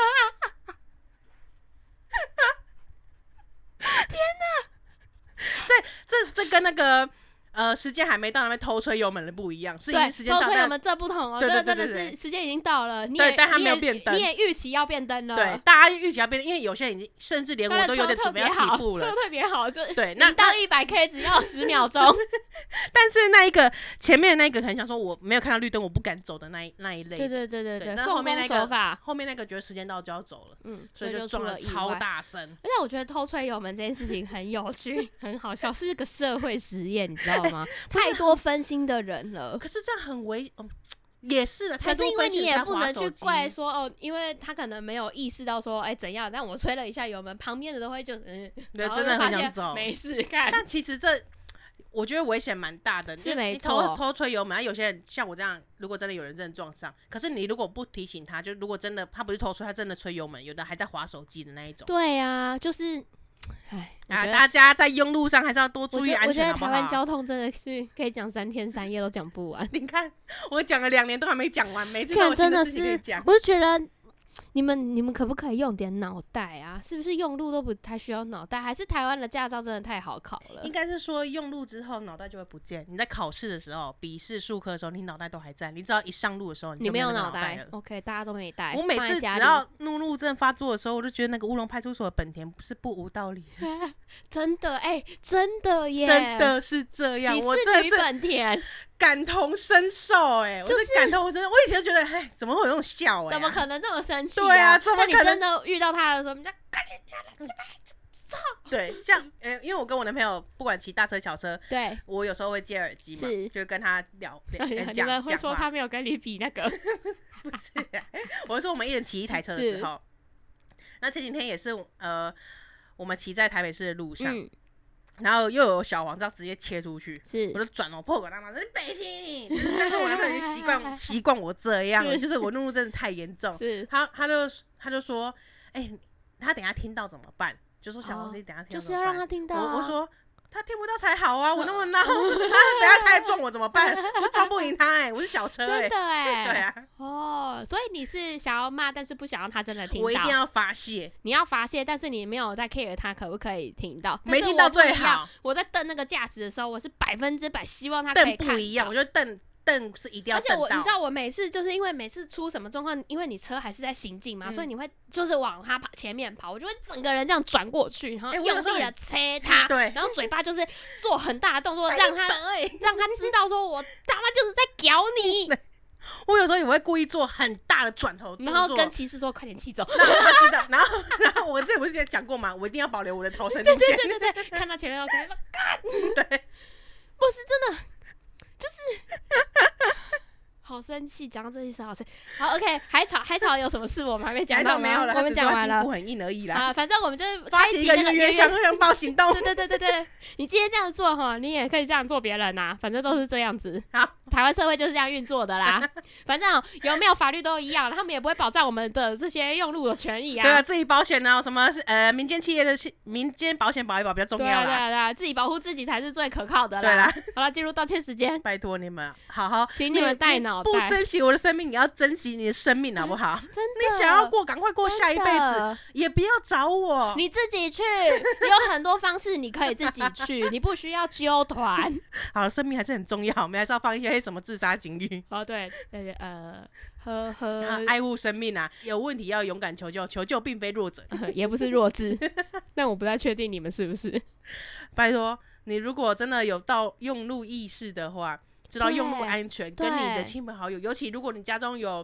[SPEAKER 3] 这这跟那个呃时间还没到那边偷吹油门的不一样，是已
[SPEAKER 2] 对，
[SPEAKER 3] 经时间到，
[SPEAKER 2] 所以我
[SPEAKER 3] 但
[SPEAKER 2] 们这不同哦，这
[SPEAKER 3] 对
[SPEAKER 2] 个
[SPEAKER 3] 对
[SPEAKER 2] 真
[SPEAKER 3] 对
[SPEAKER 2] 的
[SPEAKER 3] 对
[SPEAKER 2] 是
[SPEAKER 3] 对
[SPEAKER 2] 时间已经到了，你
[SPEAKER 3] 对
[SPEAKER 2] 也
[SPEAKER 3] 但它
[SPEAKER 2] 你
[SPEAKER 3] 没有
[SPEAKER 2] 也
[SPEAKER 3] 变灯
[SPEAKER 2] 你也预期要变灯了，
[SPEAKER 3] 对，大家预期要变，因为有些人已经甚至连
[SPEAKER 2] 当然
[SPEAKER 3] 我都
[SPEAKER 2] 车
[SPEAKER 3] 有点
[SPEAKER 2] 特
[SPEAKER 3] 准备
[SPEAKER 2] 别
[SPEAKER 3] 要起
[SPEAKER 2] 好，
[SPEAKER 3] 步
[SPEAKER 2] 车
[SPEAKER 3] 了。
[SPEAKER 2] 特别好， 就
[SPEAKER 3] 对，那
[SPEAKER 2] 零到一百 K 只要十秒钟，
[SPEAKER 3] 但是那一个前面那一个可能想说我没有看到绿灯，我不敢走的那一那一类的，
[SPEAKER 2] 对对对对
[SPEAKER 3] 对那后
[SPEAKER 2] 奉
[SPEAKER 3] 面
[SPEAKER 2] 公
[SPEAKER 3] 那个
[SPEAKER 2] 守法，
[SPEAKER 3] 后面那个觉得时间到就要走了，
[SPEAKER 2] 嗯，
[SPEAKER 3] 所
[SPEAKER 2] 以
[SPEAKER 3] 以
[SPEAKER 2] 就出
[SPEAKER 3] 撞
[SPEAKER 2] 了
[SPEAKER 3] 了
[SPEAKER 2] 意外
[SPEAKER 3] 超。大声。
[SPEAKER 2] 而且我觉得偷吹油门这件事情很有趣， 很好笑，是个社会实验，你知道 吗？太多分心的人了。
[SPEAKER 3] 哦可是这样很危，嗯，也是的。
[SPEAKER 2] 可
[SPEAKER 3] 太
[SPEAKER 2] 是
[SPEAKER 3] 多
[SPEAKER 2] 因为
[SPEAKER 3] 分析
[SPEAKER 2] 你
[SPEAKER 3] 人
[SPEAKER 2] 也
[SPEAKER 3] 在
[SPEAKER 2] 不
[SPEAKER 3] 滑
[SPEAKER 2] 能
[SPEAKER 3] 手
[SPEAKER 2] 去
[SPEAKER 3] 机
[SPEAKER 2] 怪说哦，因为他可能没有意识到说，哎、怎样？但我吹了一下油门，旁边的都会就嗯，
[SPEAKER 3] 对
[SPEAKER 2] 然后
[SPEAKER 3] 真
[SPEAKER 2] 就
[SPEAKER 3] 的
[SPEAKER 2] 发
[SPEAKER 3] 很想
[SPEAKER 2] 现
[SPEAKER 3] 走
[SPEAKER 2] 没事干。
[SPEAKER 3] 但其实这我觉得危险蛮大的，
[SPEAKER 2] 是
[SPEAKER 3] 你
[SPEAKER 2] 没
[SPEAKER 3] 你
[SPEAKER 2] 错
[SPEAKER 3] 偷偷吹油门，啊有些人像我这样，如果真的有人真的撞上，可是你如果不提醒他，就如果真的他不是偷吹，他真的吹油门，有的还在划手机的那一种。
[SPEAKER 2] 对啊，就是，哎，我
[SPEAKER 3] 啊，
[SPEAKER 2] 觉得
[SPEAKER 3] 大家在用路上还是要多
[SPEAKER 2] 我
[SPEAKER 3] 注意
[SPEAKER 2] 觉得
[SPEAKER 3] 安
[SPEAKER 2] 我觉
[SPEAKER 3] 全，
[SPEAKER 2] 得
[SPEAKER 3] 好不
[SPEAKER 2] 台湾
[SPEAKER 3] 好？。
[SPEAKER 2] 交通真的是可以讲三天三夜都讲不完
[SPEAKER 3] 你看，我讲了两年都还没讲完，每次都
[SPEAKER 2] 看，
[SPEAKER 3] 有
[SPEAKER 2] 真
[SPEAKER 3] 新
[SPEAKER 2] 的
[SPEAKER 3] 事情可以
[SPEAKER 2] 是
[SPEAKER 3] 讲，。
[SPEAKER 2] 我就觉得你们你们可不可以用点脑袋啊？是不是用路都不太需要脑袋？还是台湾的驾照真的太好考了
[SPEAKER 3] 应？该是说用路之后脑袋就会不见。你在考试的时候、笔试、术科的时候，你脑袋都还在，你只要一上路的时候，
[SPEAKER 2] 你
[SPEAKER 3] 就没
[SPEAKER 2] 没有
[SPEAKER 3] 那个
[SPEAKER 2] 脑
[SPEAKER 3] 袋
[SPEAKER 2] 袋
[SPEAKER 3] 了。
[SPEAKER 2] ，OK，大家都没带。
[SPEAKER 3] 我每
[SPEAKER 2] 放在
[SPEAKER 3] 次只
[SPEAKER 2] 家里
[SPEAKER 3] 要怒路症发作的时候，我就觉得那个乌龙派出所的本田不是不无道理，
[SPEAKER 2] 真的哎、真的耶，
[SPEAKER 3] 真的是这样，
[SPEAKER 2] 你
[SPEAKER 3] 我
[SPEAKER 2] 是
[SPEAKER 3] 真
[SPEAKER 2] 女
[SPEAKER 3] 的是
[SPEAKER 2] 本田，
[SPEAKER 3] 感同身受哎、我
[SPEAKER 2] 就是
[SPEAKER 3] 是感同身受。我以前觉得，哎，怎么会有那种笑哎、
[SPEAKER 2] 怎么可能那么生气、
[SPEAKER 3] 对啊
[SPEAKER 2] 啊，
[SPEAKER 3] 怎么
[SPEAKER 2] 那你
[SPEAKER 3] 可能
[SPEAKER 2] 真的遇到他的时候，你就赶紧
[SPEAKER 3] 对，像呃、因为我跟我男朋友不管骑大车小车，
[SPEAKER 2] 对，
[SPEAKER 3] 我有时候会接耳机嘛
[SPEAKER 2] 是，哎
[SPEAKER 3] 就跟他 聊聊哎讲
[SPEAKER 1] 你们
[SPEAKER 3] 讲
[SPEAKER 1] 会说
[SPEAKER 3] 话
[SPEAKER 1] 他没有跟你比那个
[SPEAKER 3] 不是，啊我是说我们一人骑一台车的时候，那前几天也是呃，我们骑在台北市的路上，
[SPEAKER 2] 嗯，
[SPEAKER 3] 然后又有小黄这样直接切出去，我
[SPEAKER 2] 是
[SPEAKER 3] 就转头破口大骂：“是北京！”但是我男朋友已经习 惯习惯我这样了，
[SPEAKER 1] 是
[SPEAKER 3] 就是我怒路真的太严重。
[SPEAKER 1] 是
[SPEAKER 3] 他他就他就说：“哎、他等一下听到怎么办？”就说小
[SPEAKER 2] 哦
[SPEAKER 3] 黄自己等一下听
[SPEAKER 2] 就
[SPEAKER 3] 到
[SPEAKER 2] 是
[SPEAKER 3] 怎么
[SPEAKER 2] 要
[SPEAKER 3] 办、
[SPEAKER 2] 让他听到、啊哦
[SPEAKER 3] 我我说。他听不到才好啊！我那么孬，他等一下他来撞我怎么办？我撞不赢他哎、我是小车哎、
[SPEAKER 2] 真的哎、
[SPEAKER 3] 对啊，
[SPEAKER 2] 哦，所以你是想要骂，但是不想让他真的听到。
[SPEAKER 3] 我一定要发泄，
[SPEAKER 2] 你要发泄，但是你没有在 care 他可不可以听到，但
[SPEAKER 3] 没
[SPEAKER 2] 是
[SPEAKER 3] 听到
[SPEAKER 2] 我不一
[SPEAKER 3] 最好
[SPEAKER 2] 样。我在瞪那个驾驶的时候，我是百分之百希望他可
[SPEAKER 3] 瞪
[SPEAKER 2] 以看
[SPEAKER 3] 不一样，
[SPEAKER 2] 到
[SPEAKER 3] 我。觉得瞪瞪是一定要
[SPEAKER 2] 而且
[SPEAKER 3] 瞪
[SPEAKER 2] 我，你知
[SPEAKER 3] 到。
[SPEAKER 2] 道我每次就是因为每次出什么状况，因为你车还是在行进嘛，
[SPEAKER 3] 嗯
[SPEAKER 2] 所以你会就是往他跑前面跑，我就会整个人这样转过去，然后
[SPEAKER 3] 哎
[SPEAKER 2] 用
[SPEAKER 3] 我有时候
[SPEAKER 2] 力的
[SPEAKER 3] 很
[SPEAKER 2] 切他，
[SPEAKER 3] 对
[SPEAKER 2] 然后嘴巴就是做很大的动作，
[SPEAKER 3] 谁
[SPEAKER 2] 让他
[SPEAKER 3] 得欸
[SPEAKER 2] 让他知道说我他妈就是在屌 你，
[SPEAKER 3] 我有时候也会故意做很大的转头动作，
[SPEAKER 2] 然后跟骑士说快点骑走，
[SPEAKER 3] 让他 知道。然后，然后我这不是也讲过吗？我一定要保留我的头身底
[SPEAKER 2] 对
[SPEAKER 3] 线。
[SPEAKER 2] 对对对，看到前面要干，干，
[SPEAKER 3] 对，
[SPEAKER 2] 我是真的，就是好生气，讲到这些事好生气。好，OK，海草海草有什么事我们还没讲
[SPEAKER 3] 还
[SPEAKER 2] 到
[SPEAKER 3] 好
[SPEAKER 2] 吗
[SPEAKER 3] 没有了，
[SPEAKER 2] 我们讲完了
[SPEAKER 3] 不很硬而已啦。
[SPEAKER 2] 啊，反正我们就是
[SPEAKER 3] 发
[SPEAKER 2] 开
[SPEAKER 3] 起
[SPEAKER 2] 启
[SPEAKER 3] 一
[SPEAKER 2] 那
[SPEAKER 3] 个
[SPEAKER 2] 个
[SPEAKER 3] 约相
[SPEAKER 2] 约
[SPEAKER 3] 相报行动
[SPEAKER 2] 对，对对对对，你今天这样做哈，你也可以这样做别人呐、反正都是这样子。
[SPEAKER 3] 好，
[SPEAKER 2] 台湾社会就是这样运作的啦。反正哦有没有法律都一样，他们也不会保障我们的这些用路的权益
[SPEAKER 3] 对啊，
[SPEAKER 2] 啊。
[SPEAKER 3] 自己保险呢，什么是呃民间企业的企民间保险保一保比较重
[SPEAKER 2] 对
[SPEAKER 3] 要
[SPEAKER 2] 啊对
[SPEAKER 3] 啦。
[SPEAKER 2] 啊对啊，自己保护自己才是最可靠的
[SPEAKER 3] 对
[SPEAKER 2] 啦
[SPEAKER 3] 啦。
[SPEAKER 2] 好了，进入道歉时间，
[SPEAKER 3] 拜托你们，好好，
[SPEAKER 2] 啊请你们带脑
[SPEAKER 3] 不
[SPEAKER 2] 袋。
[SPEAKER 3] 珍惜我的生命，也要珍惜你的生命，好不好？
[SPEAKER 2] 真的，
[SPEAKER 3] 你想要过，赶快过下一辈
[SPEAKER 2] 真
[SPEAKER 3] 子，
[SPEAKER 2] 的
[SPEAKER 3] 也不要找我。
[SPEAKER 2] 你自己去，有很多方式你可以自己 去，你不需要揪团。
[SPEAKER 3] 好了，生命还是很重要，我们还是要放一些什么自杀警语。
[SPEAKER 2] 哦，对，呃 呃，呵
[SPEAKER 3] 啊
[SPEAKER 2] 呵，
[SPEAKER 3] 爱护生命啊！有问题要勇敢求救，求救并非弱者。
[SPEAKER 2] 也不是弱智，但我不太确定你们是不是。
[SPEAKER 3] 拜托，你如果真的有到用路意识的话，知道用路
[SPEAKER 2] 对
[SPEAKER 3] 安全，跟你
[SPEAKER 2] 对
[SPEAKER 3] 的亲朋好友，尤其如果你家中有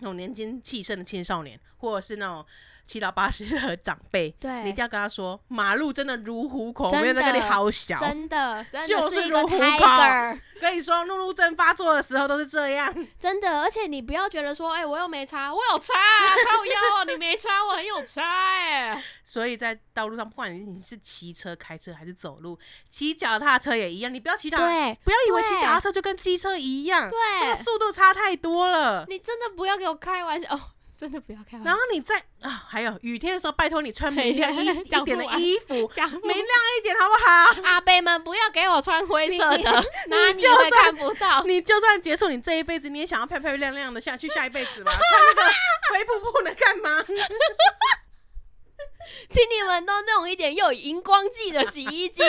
[SPEAKER 3] 那种年轻气盛的青少年，或者是那种七老八十的长辈，
[SPEAKER 2] 对
[SPEAKER 3] 你一定要跟他说，马路真的如虎口，
[SPEAKER 2] 真的
[SPEAKER 3] 没有在跟你好小。
[SPEAKER 2] 真的，真
[SPEAKER 3] 就
[SPEAKER 2] 的
[SPEAKER 3] 是
[SPEAKER 2] 一个
[SPEAKER 3] 如虎口
[SPEAKER 2] tiger，
[SPEAKER 3] 跟你说，怒路症发作的时候都是这样。
[SPEAKER 2] 真的，而且你不要觉得说，哎、我又没差，我有差、 啊，靠腰啊，你没差，我很有差哎、
[SPEAKER 3] 所以在道路上，不管你你是骑车、开车还是走路，骑脚踏车也一样。你不要骑脚，
[SPEAKER 2] 对
[SPEAKER 3] 不要以为骑
[SPEAKER 2] 对
[SPEAKER 3] 脚踏车就跟机车一样，那个
[SPEAKER 2] 对，嗯
[SPEAKER 3] 速度差太多了。
[SPEAKER 2] 你真的不要给我开玩笑哦，真的不要开玩
[SPEAKER 3] 然
[SPEAKER 2] 笑
[SPEAKER 3] 后，你在啊，还有雨天的时候，拜托你穿明亮一一
[SPEAKER 2] 讲不
[SPEAKER 3] 点的
[SPEAKER 2] 完
[SPEAKER 3] 衣服，
[SPEAKER 2] 讲
[SPEAKER 3] 明亮一点好不好？
[SPEAKER 2] 阿贝们不要给我穿灰色
[SPEAKER 3] 你
[SPEAKER 2] 的，那
[SPEAKER 3] 你
[SPEAKER 2] 你
[SPEAKER 3] 就
[SPEAKER 2] 会
[SPEAKER 3] 算
[SPEAKER 2] 看不到。
[SPEAKER 3] 你就算结束你这一辈子，你也想要漂漂亮亮的下去下一辈子吧？穿那个灰布布能干嘛？
[SPEAKER 2] 请你们都弄一点又有荧光剂的洗衣精，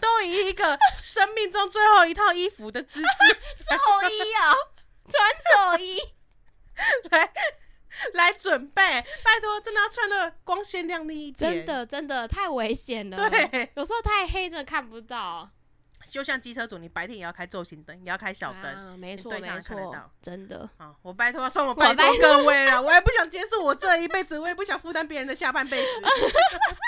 [SPEAKER 3] 都以一个生命中最后一套衣服 的资质
[SPEAKER 2] 寿
[SPEAKER 3] 哦
[SPEAKER 2] 衣啊，穿寿衣。
[SPEAKER 3] 来 来准备，拜托，真的要穿的光鲜亮丽一点。
[SPEAKER 2] 真，的真的太危险了，
[SPEAKER 3] 对，
[SPEAKER 2] 有时候太黑真的看不到。
[SPEAKER 3] 就像机车主，你白天也要开昼行灯，也要开小灯。
[SPEAKER 2] 啊，没错
[SPEAKER 3] 对看
[SPEAKER 2] 没
[SPEAKER 3] 得
[SPEAKER 2] 错
[SPEAKER 3] 到，
[SPEAKER 2] 真 的。
[SPEAKER 3] 啊！我拜托，算我
[SPEAKER 2] 拜
[SPEAKER 3] 拜
[SPEAKER 2] 托
[SPEAKER 3] 托各位了，我也不想结束我这一辈子，我也不想负担别人的下 半辈子。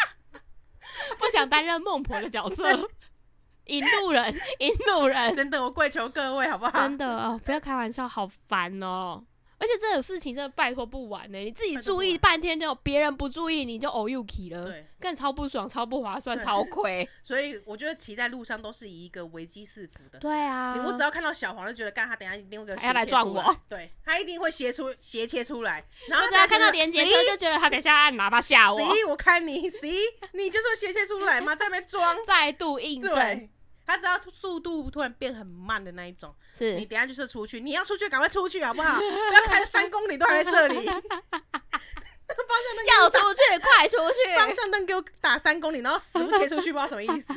[SPEAKER 2] 不想担任孟婆的角色， 引路人， 引路人，
[SPEAKER 3] 真的，我跪求各位好不好？
[SPEAKER 2] 真的哦，不要开玩笑，好烦哦。而且这种事情真的拜托不完欸呢、你自己
[SPEAKER 3] 拜托不
[SPEAKER 2] 注
[SPEAKER 3] 完
[SPEAKER 2] 意半天，就别人不注意，你就 o u k 了，
[SPEAKER 3] 对，
[SPEAKER 2] 更超不爽，超不划算，
[SPEAKER 3] 对
[SPEAKER 2] 超亏。
[SPEAKER 3] 所以我觉得骑在路上都是以一个危机四伏的。
[SPEAKER 2] 对啊
[SPEAKER 3] 我只要看到小黄，就觉得干他等一下一定会给我
[SPEAKER 2] 他要来
[SPEAKER 3] 斜切
[SPEAKER 2] 撞
[SPEAKER 3] 出
[SPEAKER 2] 我
[SPEAKER 3] 对他一定会斜出斜切出来，然
[SPEAKER 2] 我
[SPEAKER 3] 后
[SPEAKER 2] 只要看到连接车，就觉得他等一下按喇叭吓 我，
[SPEAKER 3] 谁我看你谁，你就是会斜切出来嘛，在那边装
[SPEAKER 2] 再度印证
[SPEAKER 3] 对。他只要速度突然变很慢的那一种，你
[SPEAKER 2] 是
[SPEAKER 3] 等一下就是出去，你要出去赶快出去好不好？不要开三公里都还在这里，方向灯给
[SPEAKER 2] 要
[SPEAKER 3] 我
[SPEAKER 2] 出
[SPEAKER 3] 打
[SPEAKER 2] 去，快出
[SPEAKER 3] 方
[SPEAKER 2] 去。
[SPEAKER 3] 向灯给我打三公里，然后死不切出去，不知道什么意思。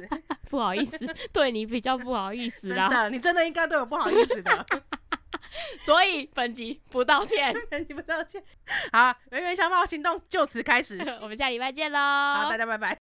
[SPEAKER 2] 不好意思，对你比较不好意思
[SPEAKER 3] 真
[SPEAKER 1] 啊
[SPEAKER 2] 啦，
[SPEAKER 3] 的，你真的应该对我不好意思的。
[SPEAKER 2] 所以本集不道歉。
[SPEAKER 3] 你们道歉。好，圆圆小猫行动就此开始。
[SPEAKER 2] 我们下礼拜见喽，
[SPEAKER 3] 好，大家拜拜。